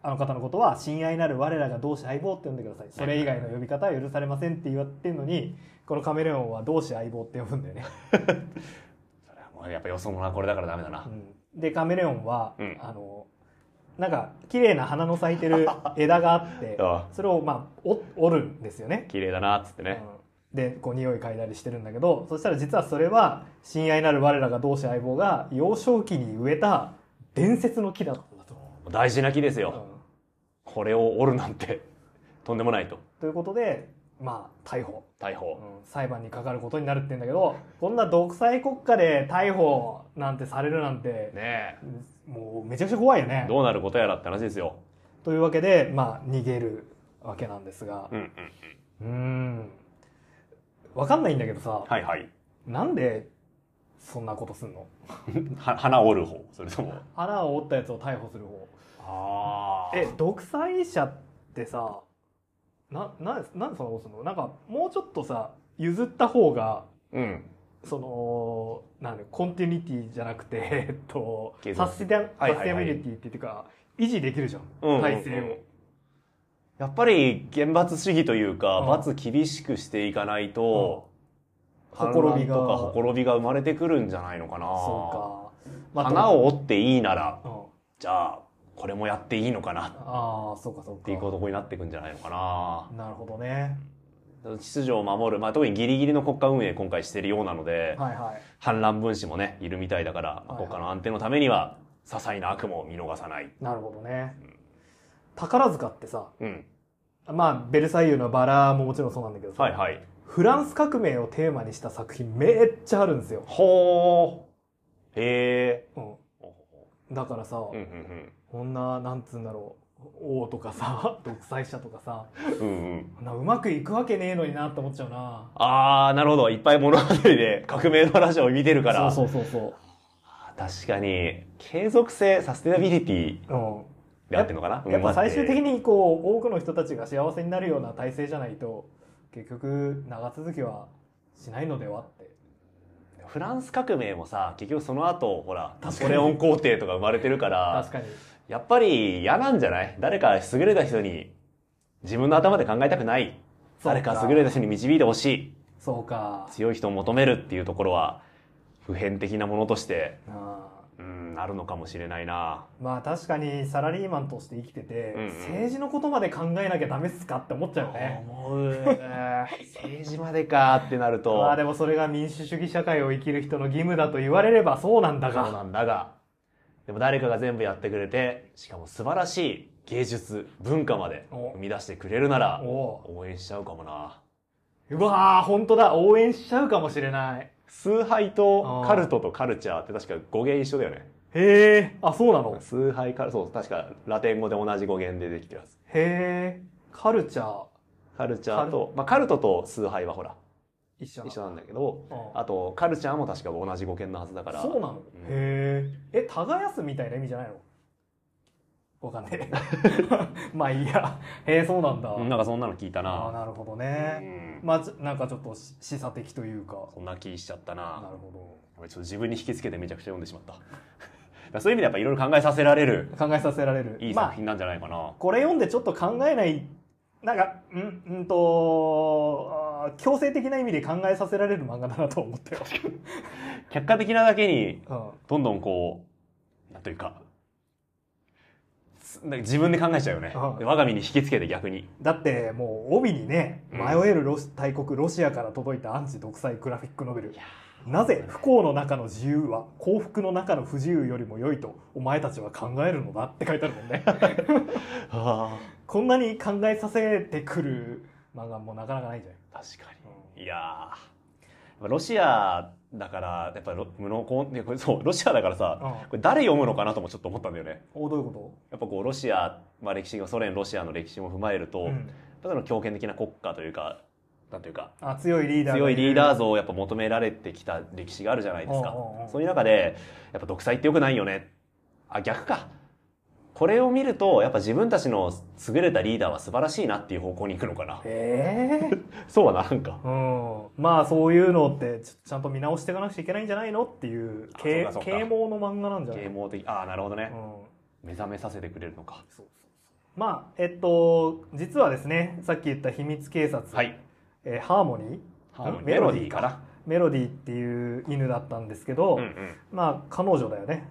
あの方のことは親愛なる我らが同志相棒って呼んでくださいそれ以外の呼び方は許されませんって言われてるのにこのカメレオンは同志相棒って呼ぶんだよ ね、
それはもうやっぱよそ者はこれだからダメだな。
うんでカメレオンは、
うん
あのなんか綺麗な花の咲いてる枝があって
あ
それをまあお折るんですよね。
綺麗だなっつってね。
うんでこう匂い嗅いだりしてるんだけどそしたら実はそれは親愛なる我らが同志相棒が幼少期に植えた伝説の木だったんだと。
大事な木ですよ。
うん
これを折るなんてとんでもないと
ということでまあ逮捕、
逮
う
捕。
ん裁判にかかることになるって言うんだけどこんな独裁国家で逮捕なんてされるなんて、
ね
もうめちゃくちゃ怖いよ
え
ね。
どうなることやらって話ですよ。
というわけでまあ逃げるわけなんですが
うんうん。
うーんわかんないんだけどさ、
はいはい。
なんでそんなことすんの
は花折る方それとも。
腹を折ったやつを逮捕する方
あ
え独裁者ってさななんでなんでそんなことするのなんかもうちょっとさ譲った方が
うん。
そのなんだろうコンティニティじゃなくて えっと
継続
サスティナ
はい
サ
はいはい
ステナビリティっていうか維持できるじゃん
うんうんうん
体制を、
やっぱり厳罰主義というか、
うん
罰厳しくしていかないと、
うん
反
ほころ
乱
びが
とかほころびが生まれてくるんじゃないのかな。
そうか、ま
花を折っていいなら、
うん
じゃあ、これもやっていいのかなっ
ああそうかそうか
ていうことになってくんじゃないのかな。
なるほどね
秩序を守る、まあ、特にギリギリの国家運営今回してるようなので、
はいはい
反乱分子もね、いるみたいだから、まあ
はいはい
国家の安定のためには、些細な悪も見逃さない。
なるほどね、宝塚ってさ
うん。
まあベルサイユのバラももちろんそうなんだけどさ、
はいはい。
フランス革命をテーマにした作品めっちゃあるんですよ、
ほー。へ
う
ー。
ん、だからさ、
うんうん
こんななんつうんだろう王とかさ 独裁者とかさ
うん。うんうん。
こんなうまくいくわけねえのになって思っちゃうな
あー、なるほど。いっぱい物語で革命の話を見てるから。
そうそうそう
確かに、継続性、サステナビリティ
そう、
であってんのかな
うん、やっぱ最終的
に。
にこう多くの人たちが幸せになるような体制じゃないと結局長続きはしないのではって
フランス革命もさ、結局その後、ほら、ナ
確
ポ
かに
レオン皇帝とか生まれてるから、
確かに
やっぱり嫌なんじゃない誰か優れた人に自分の頭で考えたくない。
そう
誰
か
か優れた人に導いてほしい。
そうか
強い人を求めるっていうところは、普遍的なものとして、
あ
うん、あるのかもしれないな。
ーまあ確かにサラリーマンとして生きてて、
うんうん
政治のことまで考えなきゃダメっすかって思っちゃうよね
思う。 政治までかってなると。
まあでもそれが民主主義社会を生きる人の義務だと言われればそうなんだ
そう
が
なんだが、でも誰かが全部やってくれて、しかも素晴らしい芸術、文化まで
お
生み出してくれるなら、
お
応援しちゃうかもな。
ううわー本当だ応援しちゃうかもしれない
崇拝
あ
と
ー
カルトとカルチャーって確か語源一緒だよね。
へえあそうなの
崇拝カル、そう、確かラテン語で同じ語源でできてるはず。
へえカルチャー
カルチャーと、まあカルトと崇拝はほら、
一緒なの
一緒なんだけど、
あ
あとカルチャーも確か同じ語源のはずだから、
そうなの、
うん
へええ耕すみたいな意味じゃないのわかんねえ まあいいやへえそうなんだ、
うんなんかそんなの聞いた
ああ
な。
なるほど
う
ね、
ん
まあちょなんかちょっとし示唆的というか
そんな気しちゃった
なるほ
俺ちょっと自分に引きつけてめちゃくちゃ読んでしまっただから そういう意味でやっぱいろいろ考えさせられる
ど考えさせられる
いい
ま
作
あ
品なんじゃないかな、
これ読んでちょっと考えないなんかうんうんとあー強制的な意味で考えさせられる漫画だなと思ったよ、
客観的なだけに
うん、
どんどんこうなんというかつなんか自分で考えちゃうよね、
うん
で我が身に引きつけて逆に
だってもう帯にね「
うん
迷えるロシ大国ロシアから届いたアンチ独裁グラフィックノベル」なぜ不幸の中の自由は幸福の中の不自由よりも良いとお前たちは考えるのだって書いてあるも んね
あ
こんなに考えさせてくる漫画もなかなかないじゃない、
あ確か
うん
にいやーやっぱロシアだからやっぱロ無能こうねこれそうロシアだからさ、
うん
これ誰読むのかなともちょっと思ったんだよね
おどういうこ
やっぱこうロシア、まあ、歴史がソ連ロシアの歴史も踏まえると、
と、うん
例えば強権的な国家というかなんというか
あ強いリーダー
強いリーダー
ー
像をやっぱ求められてきた歴史があるじゃないです
お
か
うおうおう
そういう中でやっぱ独裁って良くないよねあ逆かこれを見るとやっぱ自分たちの優れたリーダーは素晴らしいなっていう方向に行くのかな
ええ
そうはならん か
うん、まあそういうのってちょちゃんと見直していかなくちゃいけないんじゃないのっていう
あ
啓
そうかそうか
啓蒙の漫画なんじゃない
啓蒙的ああなるほどね
うん
目覚めさせてくれるのか
まあえっと実はですねさっき言った「秘密警察」
はい
えーハーモニー」ん
メロディーかな
メロディーっていう犬だったんですけど、
うんうん
まあ彼女だよね、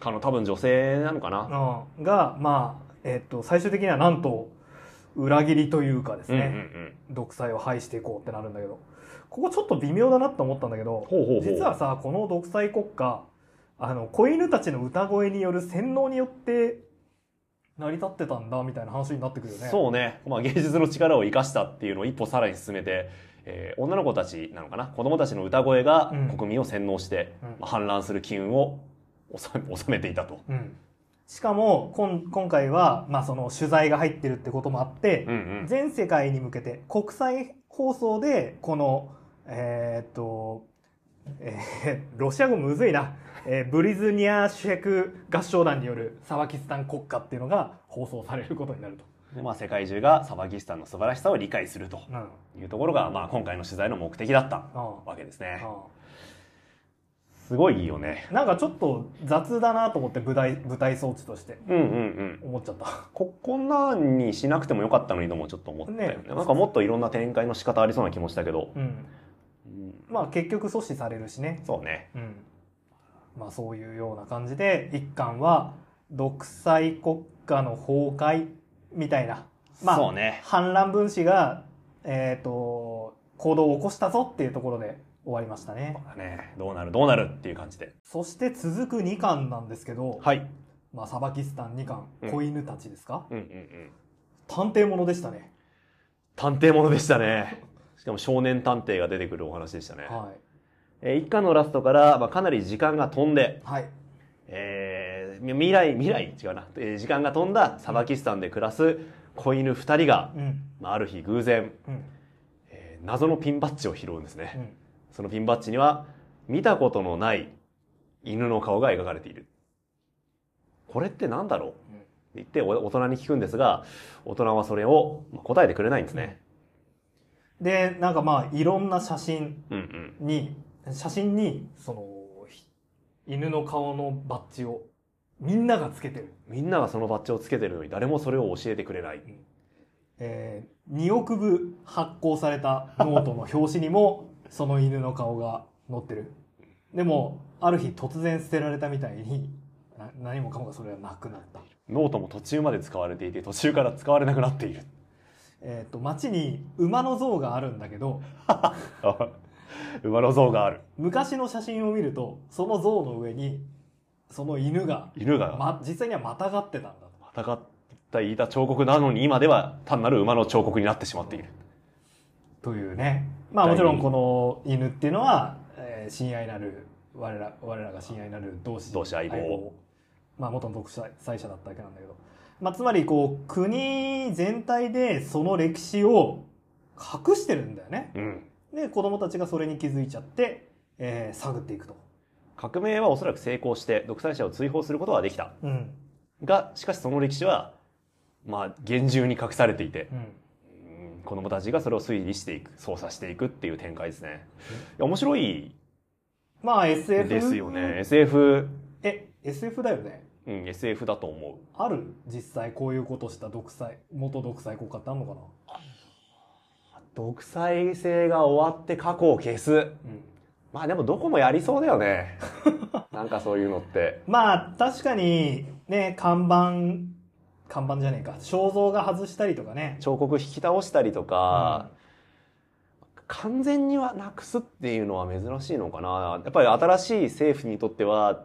あの多分女性なのかな
うん、がまあ、えっと最終的にはなんと裏切りというかです
うんうんう
ね、
ん
独裁を排していこうってなるんだけどここちょっと微妙だなと思ったんだけど
ほうほうほう
実はさこの独裁国家あの子犬たちの歌声による洗脳によって成り立ってたんだみたいな話になってくるよね。
そうね、まあ、芸術の力を生かしたっていうのを一歩さらに進めて、えー女の子たちなのかな子供たちの歌声が
うん
国民を洗脳して、
うん
まあ氾濫する機運を収め 収めていたと。
うん、しかもこん今回は、まあ、その取材が入ってるってこともあって、
うんうん
全世界に向けて国際放送でこのえーっと、えーロシア語むずいな、えーブリズニア主役合唱団によるサワキスタン国歌っていうのが放送されることになると。
でまあ、世界中がサバギスタンの素晴らしさを理解すると
うん
いうところが、まあ、今回の取材の目的だった
あ
わけです
あ
ね。
あ
すごいいいよね。
あなんかちょっと雑だなと思って舞台舞台装置として
うんうんうん。
思っちゃった。
こ、こんなんにしなくてもよかったのにともちょっと思ったよね。
ね
なんかもっといろんな展開の仕方ありそうな気もしたけど。
うん、
うん
まあ結局阻止されるしね
そうね。
うん、まあそういうような感じで一巻は独裁国家の崩壊みたいな、まあ、
そうね。
反乱分子が、えー、と行動を起こしたぞっていうところで終わりましたね
ね。どうなるどうなるっていう感じで。
そして続く2巻なんですけど、
はい。
まあ、サバキスタン2巻
うん
子犬たちですか、
うんうんうん。
探偵ものでしたね、
探偵ものでしたね。しかも少年探偵が出てくるお話でしたね。
は
えー一巻のラストから、まあ、かなり時間が飛んで、
い、はい、
えーみ未来、未来違うな、えー時間が飛んだサバキスタンで暮らす子犬二人が、
うん
まあ、ある日偶然、
うん
えー謎のピンバッジを拾うんです
う
ね。
ん
そのピンバッジには、見たことのない犬の顔が描かれている。これって何だろうって言ってお大人に聞くんですが、大人はそれをまあ答えてくれないんですね。
でなんかまあいろんな写真
うんうん。
に写真にそのひ犬の顔のバッジをみんながつけてる、
みんながそのバッジをつけてるのに誰もそれを教えてくれない。
えー2億部発行されたノートの表紙にも その犬の顔が載ってるでもある日突然捨てられたみたいにな何もかもがそれはなくなった
ノートも途中まで使われていて途中から使われなくなっている
えっ、と町に馬の像があるんだけど
馬の像がある
昔の写真を見るとその像の上にその犬が、
犬が
ま、実際にはまたがってたんだと
戦ったいた彫刻なのに今では単なる馬の彫刻になってしまっている
というねまあもちろんこの犬っていうのは、えー親愛なる我ら我らが親愛なる同志
同志相棒
まあ元の独裁者だったわけなんだけど、まあ、つまりこう国全体でその歴史を隠してるんだよね
うん
で子供たちがそれに気づいちゃって、えー探っていくと、
革命はおそらく成功して独裁者を追放することはできた
うん
がしかしその歴史はまあ厳重に隠されていて
うん、
うん子供たちがそれを推理していく操作していくっていう展開ですねいや面白い
まあ SF
ですよね SF
え SF だよね
うん SF だと思
ある実際こういうことした独裁元独裁国家ってあんのかな
う独裁制が終わって過去を消す
うん
まあでもどこもやりそうだよねなんかそういうのって
まあ確かにね看板看板じゃねえか肖像が外したりとかね
彫刻引き倒したりとか、完全にはなくすっていうのは珍しいのかなやっぱり新しい政府にとっては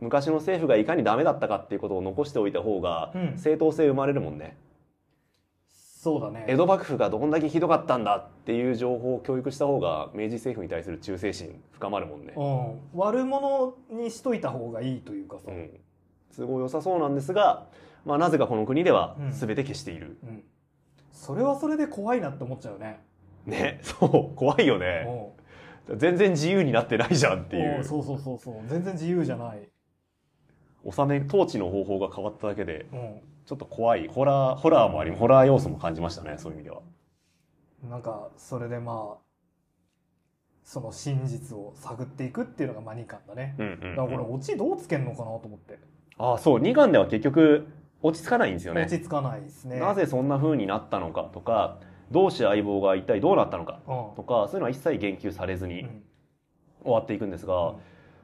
昔の政府がいかにダメだったかっていうことを残しておいた方が
うん
正当性生まれるもんね、
そうだね
江戸幕府がどんだけひどかったんだっていう情報を教育した方が明治政府に対する忠誠心深まるもんね、
うん、悪者にしといた方がいいというかさ、
う
うん
ん、都合良さそうなんですが、まあ、なぜかこの国では
うん
全て消している、
それはそれで怖いなって思っちゃうね
ね そう怖いよね
お
全然自由になってないじゃんってい
お
う
そうそうそうそう全然自由じゃない、
納め統治の方法が変わっただけで
う
ちょっと怖いホラーホラーもありホラー要素も感じましたねそういう意味では
ん、なんかそれでまあその真実を探っていくっていうのがまあ2巻だね
うん
だ
うん
か
う
ら
ん、
これオチどうつけんのかなと思って
ああそう2巻では結局落ち着かないんですよね
落ち着かないですね
なぜそんな風になったのかとか同志相棒が一体どうなったのか
うん
とかそういうのは一切言及されずに
うん
終わっていくんですが、
うん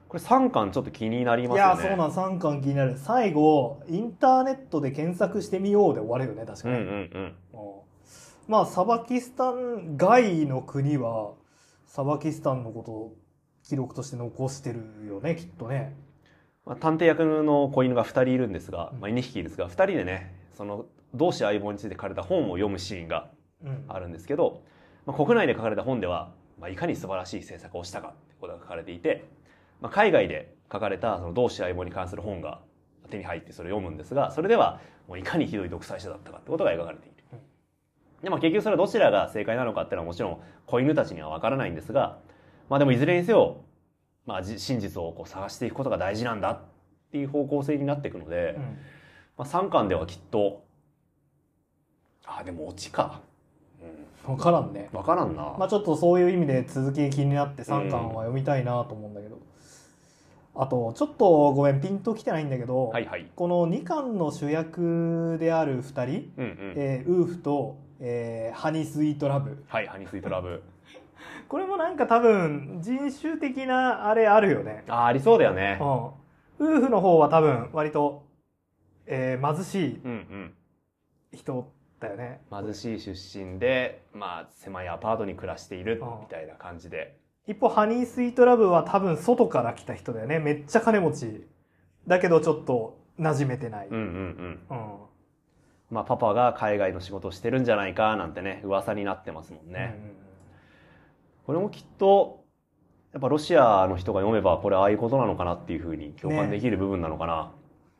これ3巻ちょっと気になりま
い
す
や
よ
ー
ね
そうなん3巻気になる最後インターネットで検索してみようで終わるよね確か
うん
に、
う
うん
んうん
まあサバキスタン外の国はサバキスタンのことを記録として残してるよねきっとね
まあ、探偵役の子犬が2人いるんですが
うん、
まあ、2匹いるんですが2人でねその同志相棒について書かれた本を読むシーンが
うん
あるんですけど、まあ、国内で書かれた本では、まあ、いかに素晴らしい制作をしたかってことが書かれていて、まあ、海外で書かれたその同志相棒に関する本が手に入ってそれを読むんですがそれではもういかにひどい独裁者だったかってことが描かれている
うん。
でまあ、結局それはどちらが正解なのかっていうのはもちろん子犬たちには分からないんですが、まあ、でもいずれにせよ、まあ、じ真実をこう探していくことが大事なんだっていう方向性になっていくので、
うん
まあ、3巻ではきっとああでもオチか、うん、
分からんね
わからんな、
まあちょっとそういう意味で続き気になって3巻は読みたいなと思うんだけど、あとちょっとごめんピンときてないんだけど、
はいはい
この2巻の主役である2人
うんうん、
えーウーフと、えーハニースイートラブ
はいハニースイートラブ
これもなんか多分人種的なあれあるよね、
あーありそうだよね
うん、ウーフの方は多分割と、えー貧し
うん
い人だよね
うん貧しい出身でまあ狭いアパートに暮らしている
うん
みたいな感じで
一方ハニースイートラブは多分外から来た人だよねめっちゃ金持ちだけどちょっと馴染めてない、
うんうんうん
うん
まあパパが海外の仕事をしてるんじゃないかなんてね噂になってますもんね、これもきっとやっぱロシアの人が読めばこれああいうことなのかなっていうふうに共感できる部分なのかな、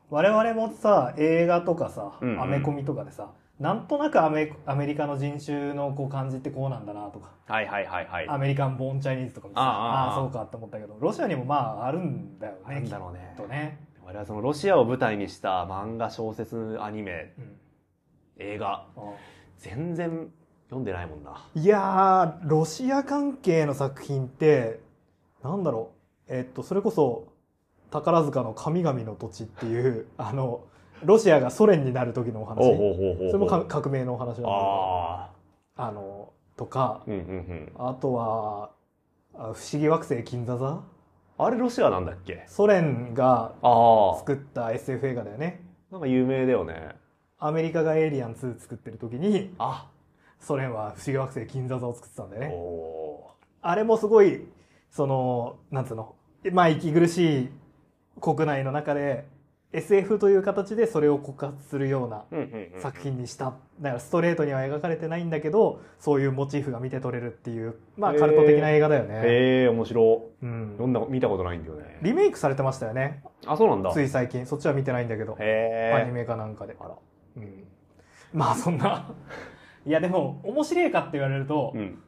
我々もさ映画とかさ、
うんうん
アメコミとかでさなんとなくアメアメリカの人種のこう感じってこうなんだなとか
はいはいはいはい
アメリカン・ボーン・チャイニーズとかもさ
ああ
あ
ああ
あそうかって思ったけどロシアにもまああるんだよね
あるんだろうね
きっとね、
我々はそのロシアを舞台にした漫画小説アニメ
うん
映画全然読んでないもんない
やーロシア関係の作品ってなんだろうえっとそれこそ宝塚の「神々の土地」っていう あのロシアがソ連になる時のお話
おうほうほうほう
それもか革命のお話なんで
あ
あのとか
あうんうんうん
あとはあ不思議惑星金座座
あれロシアなんだっけ
ソ連が
ああ
作った SF 映画だよね
なんか有名だよね
アメリカがエイリアン2作ってる時に
あ
ソ連は不思議惑星金座座を作ってたんだよ
お
ね
お
あれもすごいそのなんつうのまあ息苦しい国内の中で SF という形でそれを告発するような
ーうんうんうん
作品にしただからストレートには描かれてないんだけどそういうモチーフが見て取れるっていうまあ
へー
カルト的な映画だよね、
へえ面白
う
い
ん
読んだ見たことないんだよね
リメイクされてましたよね
あそうなんだ
つい最近そっちは見てないんだけどアニ
へえ
メかなんかでうん、まあそんな いやでも面白いかって言われると
うん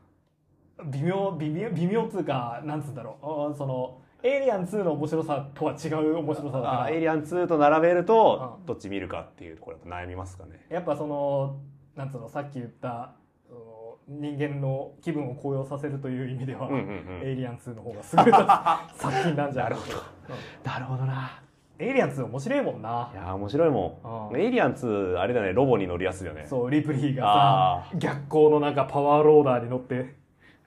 微妙微妙微妙っつうかなんつうんだろううんそのエイリアン2の面白さとは違う面白さだ
あ
か
ーエイ
ら
リアン2と並べると
うん
どっち見るかっていうところやっぱ悩みますかね
やっぱそのなんつうのさっき言ったその人間の気分を高揚させるという意味では、
うんうんうん
エイリアン2の方が優れた作品なん じゃないかと
なるほどな、
うんエイリアン2面白いもんない
やー面白いも
うんん
エイリアン2あれだねロボに乗るやつだよね
そうリプリーが
あ
さ逆光の中パワーローダーに乗って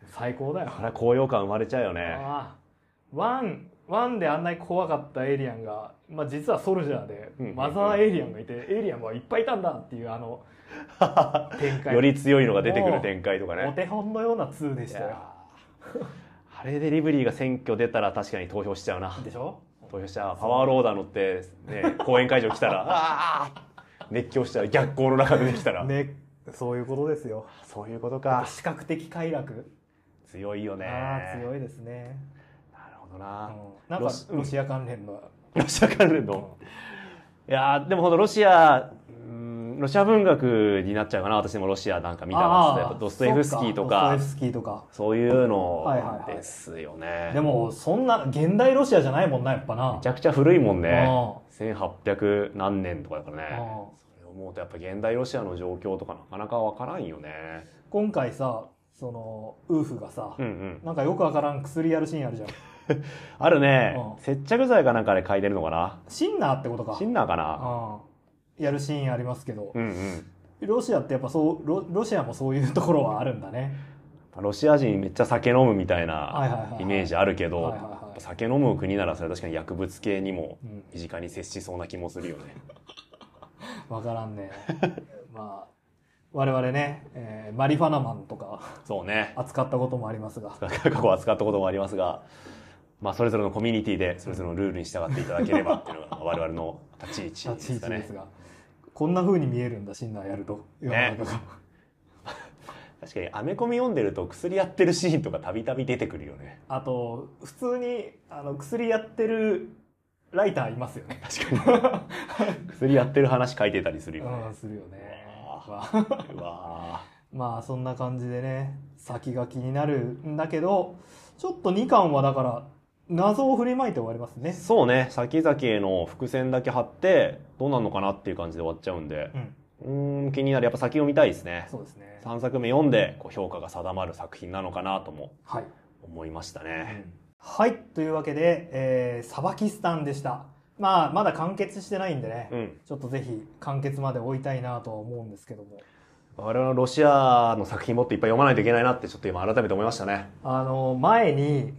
最高だよ
あれ高揚感生まれちゃうよね
ああワンワンであんなに怖かったエイリアンが、まあ、実はソルジャーで
うんうんうん
マザーエイリアンがいてエイリアンはいっぱいいたんだっていうあ の展開
より強いのが出てくる展開とかね
お手本のような2でした
い
よ
やーあれでリブリーが選挙出たら確かに投票しちゃうな
でしょ
投票しちゃうパワーローダー乗って、ね、公演会場来たら あー熱狂しちゃう逆光の中でできたら、
ねそういうことですよ
そういうことか
視覚的快楽
強いよね
ああ
なる
強いですね
ほどな、
なん
ロ
か
シ
ロシア関連の
ロシア関連のいやーでもほんとロシアうんロシア文学になっちゃうかな私もロシアなんか見たら
ああ
やっぱドストエフスキーと
ドス
か
トエフスキーとか
そういうの
はいはいはい
ですよね、
でもそんな現代ロシアじゃないもんなやっぱな
めちゃくちゃ古いもんね
あ
1800何年とかだからね
ああ
それを思うとやっぱ現代ロシアの状況とかなかなかわからんよね
今回さそのウーフがさ、
うんうん
なんかよくわからん薬やるシーンあるじゃん
あるね
ああ
接着剤かなんかで嗅いでるのかな
シンナーってことか
シンナーかな
うんやるシーンありますけど
う、んうんやっ
ロシアってやっぱそうロロシアもそういうところはあるんだね
ぱロシア人めっちゃ酒飲むみた
は
い
いはいはい
な
はい
イメージあるけど、
はいはいはい
やっぱ酒飲む国ならそれは確かに薬物系にも
うん
身近に接しそうな気もするよね
わからんね まあ我々ね、えーマリファナマンとか
そうね
扱ったこともありますが
過去扱ったこともありますが、まあ、それぞれのコミュニティでそれぞれのルールに従っていただければっていうのが我々の立ち位置で
立ち位
す
置
か
で
ね
すが、こんな風に見えるんだシンナーやると世の中が、
確かにアメコミ読んでると薬やってるシーンとかたびたび出てくるよね
あと普通にあの薬やってるライターいますよね
確かに薬やってる話書いてたりするよ
う
ね
ん、するよね
うわ。
まあ
うわ
まあそんな感じでね、先が気になるんだけど、ちょっと2巻はだから、謎を振りまいて終わります
ー
ね。
そうね先々への伏線だけ貼ってどうなるのかなっていう感じで終わっちゃうんで
うん、
うーん気になるやっぱ先を見たいですね
そうですね。
3作目読んでこう評価が定まる作品なのかなとも
はい。
思いましたね
はい、というわけで、えーサバキスタンでした。まあ、まだ完結してないんでね、
うん
ちょっとぜひ完結まで追いたいなとは思うんですけども。
我々のロシアの作品もっといっぱい読まないといけないなってちょっと今改めて思いましたね
あの前に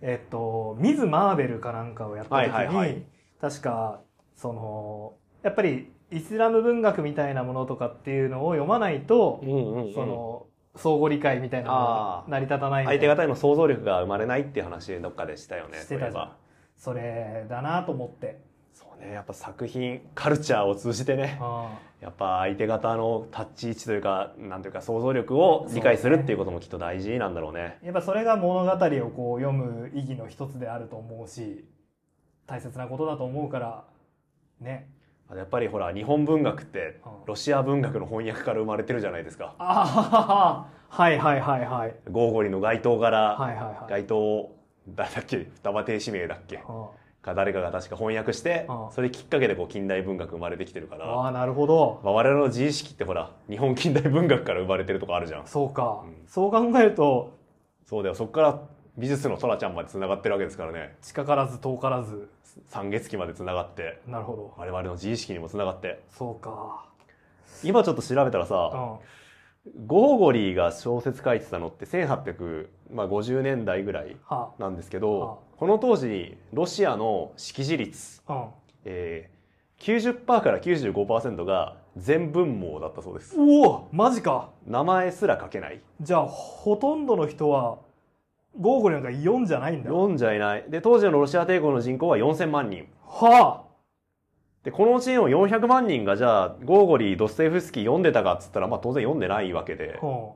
えっとミズ・マーベルかなんかをやった時に、
はいはいはい
確かそのやっぱりイスラム文学みたいなものとかっていうのを読まないと、
んう
その相互理解みたいなのが
あー
成り立たないみたい
相
な
手方への想像力が生まれないっていう話どっかでしたよね
してたじゃんそれだなと思って、
そうねやっぱ作品カルチャーを通じてね
あ
やっぱ相手方の立ち位置というかなんというか想像力を理解するっていうこともきっと大事なんだろうね
ーやっぱそれが物語をこう読む意義の一つであると思うし大切なことだと思うからね
あとやっぱりほら日本文学って
うん
ロシア文学の翻訳から生まれてるじゃないですか
ああはいはいはいはい
ゴーゴリの街頭から
はいはいはい
街頭誰だっけ双葉亭指名だっけ
うん
か誰かが確か翻訳して
うん
それきっかけでこう近代文学生まれてきてるから、
ああなるほど
まあ、我々の自意識ってほら日本近代文学から生まれてるとこあるじゃん
そうか、
うん
そう考えると
そうだよそこから美術のトラちゃんまで繋がってるわけですからね
近からず遠からず
三月期まで繋がって
なるほど
我々の自意識にも繋がって
そうか
今ちょっと調べたら
う
さ
ん
ゴーゴリーが小説書いてたのって1850年代ぐらい
は
なんですけ
はあ
どこの当時ロシアの識字率、
あ
えー、90%から95%が全文盲だったそうです
うんうおマジか
名前すら書けない
じゃあほとんどの人はゴーゴリなんか4じゃないんだは
読んじゃいないで当時のロシア帝国の人口は4000万人
あ
でこのうちの400万人がじゃあゴーゴリードストエフスキー読んでたかっつったら、まあ、当然読んでないわけで
うん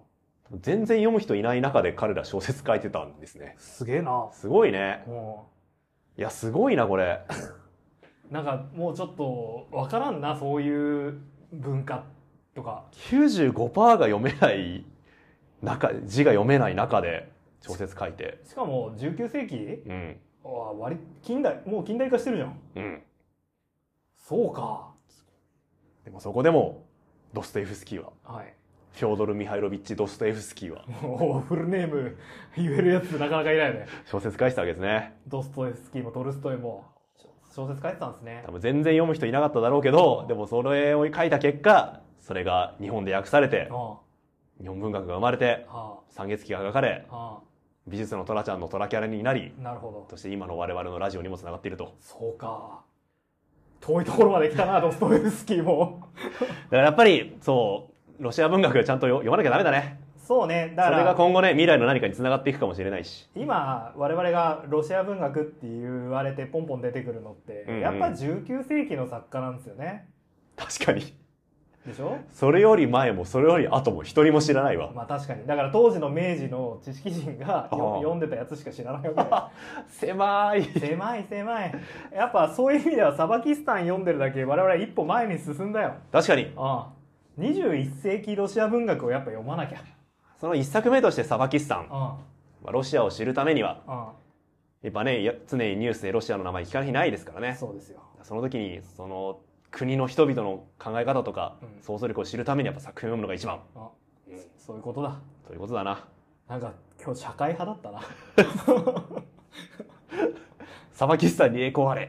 全然読む人いない中で彼ら小説書いてたんですね
すげえな
すごいね
うん
いやすごいなこれ
なんかもうちょっとわからんなそういう文化とか
95%が読めない中字が読めない中で小説書いて
しかも19世紀
うん
あ割近代もう近代化してるじゃん
うん
そうか
でもそこでもドストエフスキーは
はい
フョードル・ミハイロビッチ・ドストエフスキーは
もうフルネーム 言えるやつなかなかいないよね
小説書いてたわけですね
ドストエフスキーもトルストイも小説書いてたんですね
多分全然読む人いなかっただろうけどでもそれを書いた結果それが日本で訳されて
ああ
日本文学が生まれて
あ
三月期が描かれ
ああ
美術のトラちゃんのトラキャラになり
あなるほど
そして今の我々のラジオにもつながっていると
そうか遠いところまで来 たなドストエフスキーも
だからやっぱりそうロシア文学がちゃんとよ読まなきゃダメだね
そうねだ
そ
か
れが
ら
今後ね未来の何かにつながっていくかもしれないし
今我々がロシア文学って言われてポンポン出てくるのって、
うんうん
やっぱ19世紀の作家なんですよね
確かに
でし ょ
それより前もそれより後も一人も知らないわ
まあ確かにだから当時の明治の知識人が
ああ
よ読んでたやつしか知らないわ
狭い
けで狭い狭いやっぱそういう意味ではサバキスタン読んでるだけ我々は一歩前に進んだよ
確かに
ああ21世紀ロシア文学をやっぱ読まなきゃ
その一作目としてサバキスタン
あ
まあロシアを知るためには
ああ
やっぱねいや常にニュースでロシアの名前聞かない日ないですから
あ
ね
そうですよ
その時にその国の人々の考え方とか、
うん
想像力を知るためにやっぱ作品を読むのが一番
あそそういうことだ
ということだな
なんか今日社会派だったな
サバキスタンに栄光 あれ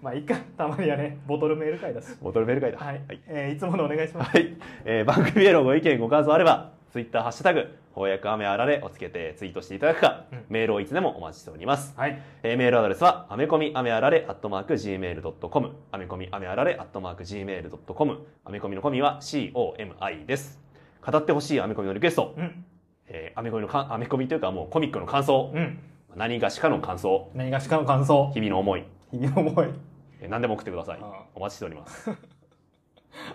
まあいいかたまにはねボトルメール会だし
ボトルベル会だ
はい、
はい
いえーいつものお願いします
はいえー番組へのご意見ご感想あればツイッターハッシュタグ翻訳雨あられをつけてツイートしていただくか、
うん
メールをいつでもお待ちしております、
はい
えーメールアドレスは、アメコミアメアラレアットマーク Gmail.com、アメコミアメアラレアットマーク Gmail.com、アメコミのコミは COMI です。語ってほしいアメコミのリクエスト、
うん
えーアメコミのかん、アメコミというかもうコミックの感想、
うん
何がしかの感想、
何がしかの感想
日々の思い、
日々の思い
えー何でも送ってください
ああ。
お待ちしております。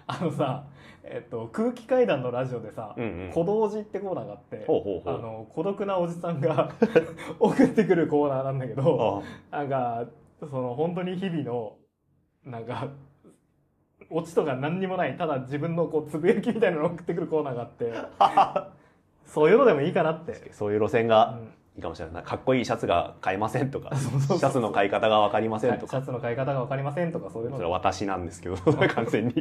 あのさ、えっと、空気階段のラジオでさ
うんう
「
ん。
孤独児」ってコーナーがあって
ほうほうほ
あ
う。
の孤独なおじさんが 送ってくるコーナーなんだけど
ああ
なんかその本当に日々のなんかオチとか何にもないただ自分のこうつぶやきみたいなのを送ってくるコーナーがあって そういうのでもいいかなって、
そういう路線
う
が
ん
いいかもしれないな。かっこいいシャツが買えませんとか、シ
そうそうそう
ャツの買い方がわかりませ
は
ん
いシ
とか、
ャツの買い方が分かりませんとかそういうの
それは私なんですけ ど、完全に。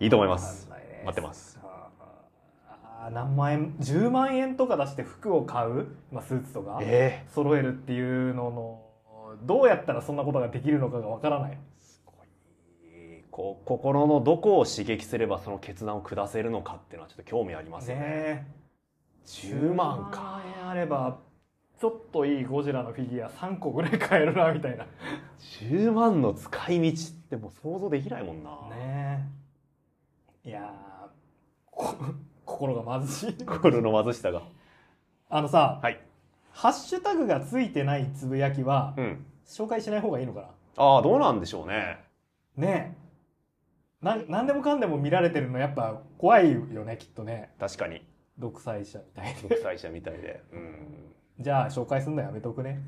いいと思います。
わかんないね
待ってます。
あーあー何万円10万円とか出して服を買う、まあ、スーツとか
ええ
揃えるっていうののどうやったらそんなことができるのかがわからない
こう心のどこを刺激すればその決断を下せるのかっていうのはちょっと興味ありますよね
ね
10万か
10万円あればちょっといいゴジラのフィギュア3個ぐらい買えるなみたいな
10万の使い道ってもう想像できないもんな、
ねえいやーこ 心が貧しい
心の貧しさが
あのさ、
はい
ハッシュタグがついてないつぶやきは
うん
紹介しない方がいいのかな
ああどうなんでしょうね
ねえなん何でもかんでも見られてるのやっぱ怖いよねきっとね
確かに
独裁者みたいに
独裁者みたいでうん
じゃあ紹介するのやめとくね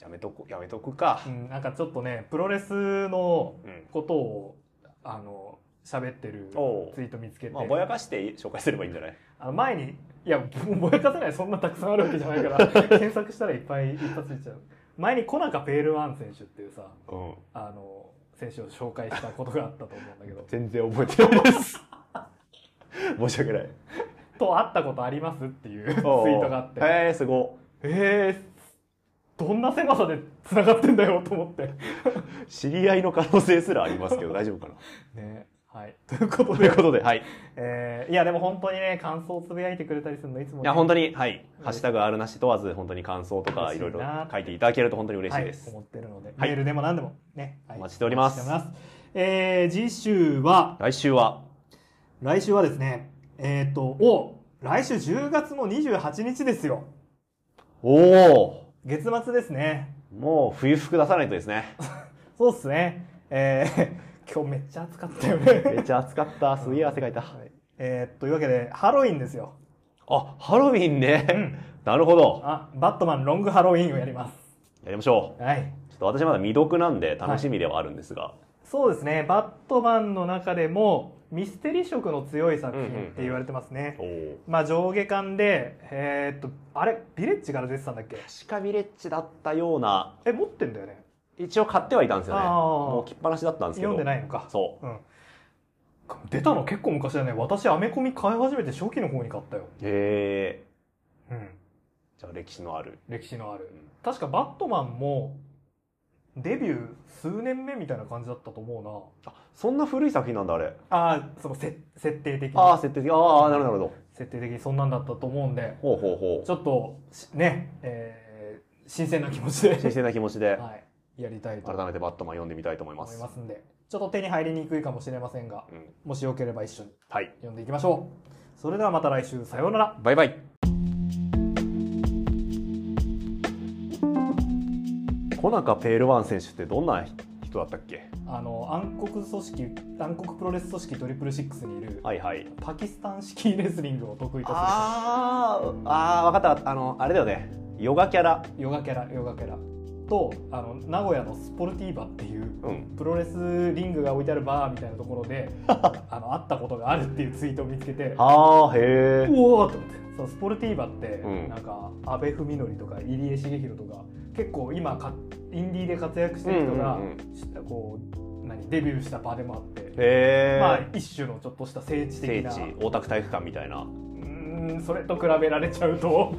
やめとくやめとくか
うんなんかちょっとねプロレスの
うん、
ことをあの喋ってる
おう
ツイート見つけて、
まあぼやかして紹介すればいいんじゃない
あの前にいやぼぼやかせないそんなたくさんあるわけじゃないから 検索したらいっぱいいっぱいついちゃう前にコナカペールワン選手っていうさ
うん
あの選手を紹介 したことがあったと思うんだけど
全然覚えてないです申し訳ない
と会ったことありますっていうツイ
おう
ートがあって、
へえすご
えー、どんな狭さで繋がってんだよと思って。
知り合いの可能性すらあります けど大丈夫かな
ね、はい。ということ
とい
で
う、ことではい
えーいやでも本当にね、感想をつぶやいてくれたりするのいつも、ね、
いや、本当に、はい。ハッシュタグあるなし問わず、本当に感想とかいろいろ書いていただけると本当に嬉しいです。
はい、思ってるので、
はい
メールでも何でもね、はい
お待ちしております
お待ちしておりますえー次週は
来週は、
来週はですねえっ、とお来週10月の28日ですよ
おお
月末ですね
もう冬服出さないとですね。
そうっすねえー 今日めっちゃ暑かったよね
めっちゃ暑かった。すげえ汗かいた。
はいえーというわけでハロウィンですよ
あ、ハロウィンね。
ん
なるほど。
あバットマンロングハロウィンをやりま
やりましょ。
すはいう
ちょっと私まだ未読なんで楽しみではあるんですが。
そうですねバットマンの中でもミステリー色の強い作品って言われてますね、
おお
まあ上下巻で、えーっと、あれ、ヴィレッジから出てたんだっけ
確かビレッジだったような、
え、持ってんだよね。
一応買ってはいたんですよね。
あー
もう着っぱなしだったんですけど。
読んでないのか。
そう。
うん。出たの結構昔だね。私、アメコミ買い始めて初期の方に買ったよ。
へえ。
うん。
じゃあ歴史のある。
歴史のある
うん。
確か、バットマンも、デビュー数年目みたいな感じだったと思う
あ、そんな古い作品なんだ、あれ。
な。ああ、そのせ、設定的に。
ああ、設定的。ああ、なるほどなるほど。
設定的にそんなんだったと思うんで、
ほうほうほう。
ちょっと、しね、えー、新鮮な気持ちで、
新鮮な気持ち で
はい、やりたいと
改めてバットマン読んでみたいと思いま
思い
す。
ますんで、ちょっと手に入りにくいかもしれませんが、
うん
もしよければ一緒に
はい。
読んでいきましょう。それではまた来週、さようなら。
バイバイ。コナカペールワン選手ってどんな人だったっけ
あの暗黒組織、暗黒プロレス組織トリプルシックスにいる、
はいはい。
パキスタン式レスリングを得意とす
あーあー、わかった。あの、あれだよね。ヨガキャラ。
るヨガキャラ、ヨガキャラとあの名古屋のスポルティーバっていう。
うん。
プロレスリングが置いてあるバーみたいなところ であの会ったことがあるっていうツイートを見つけて
あー、へえ。
うおーと思ってそうスポルティーバって、
うん
なんか阿部文則とか入江茂弘とか結構今かインディーで活躍してる人が、
うんうん
こう何デビューした場でもあって、
へえ。
まあ、一種のちょっとした聖地
聖
的
地
な、
大田区体育館みたいな。
うーんそれと比べられちゃうと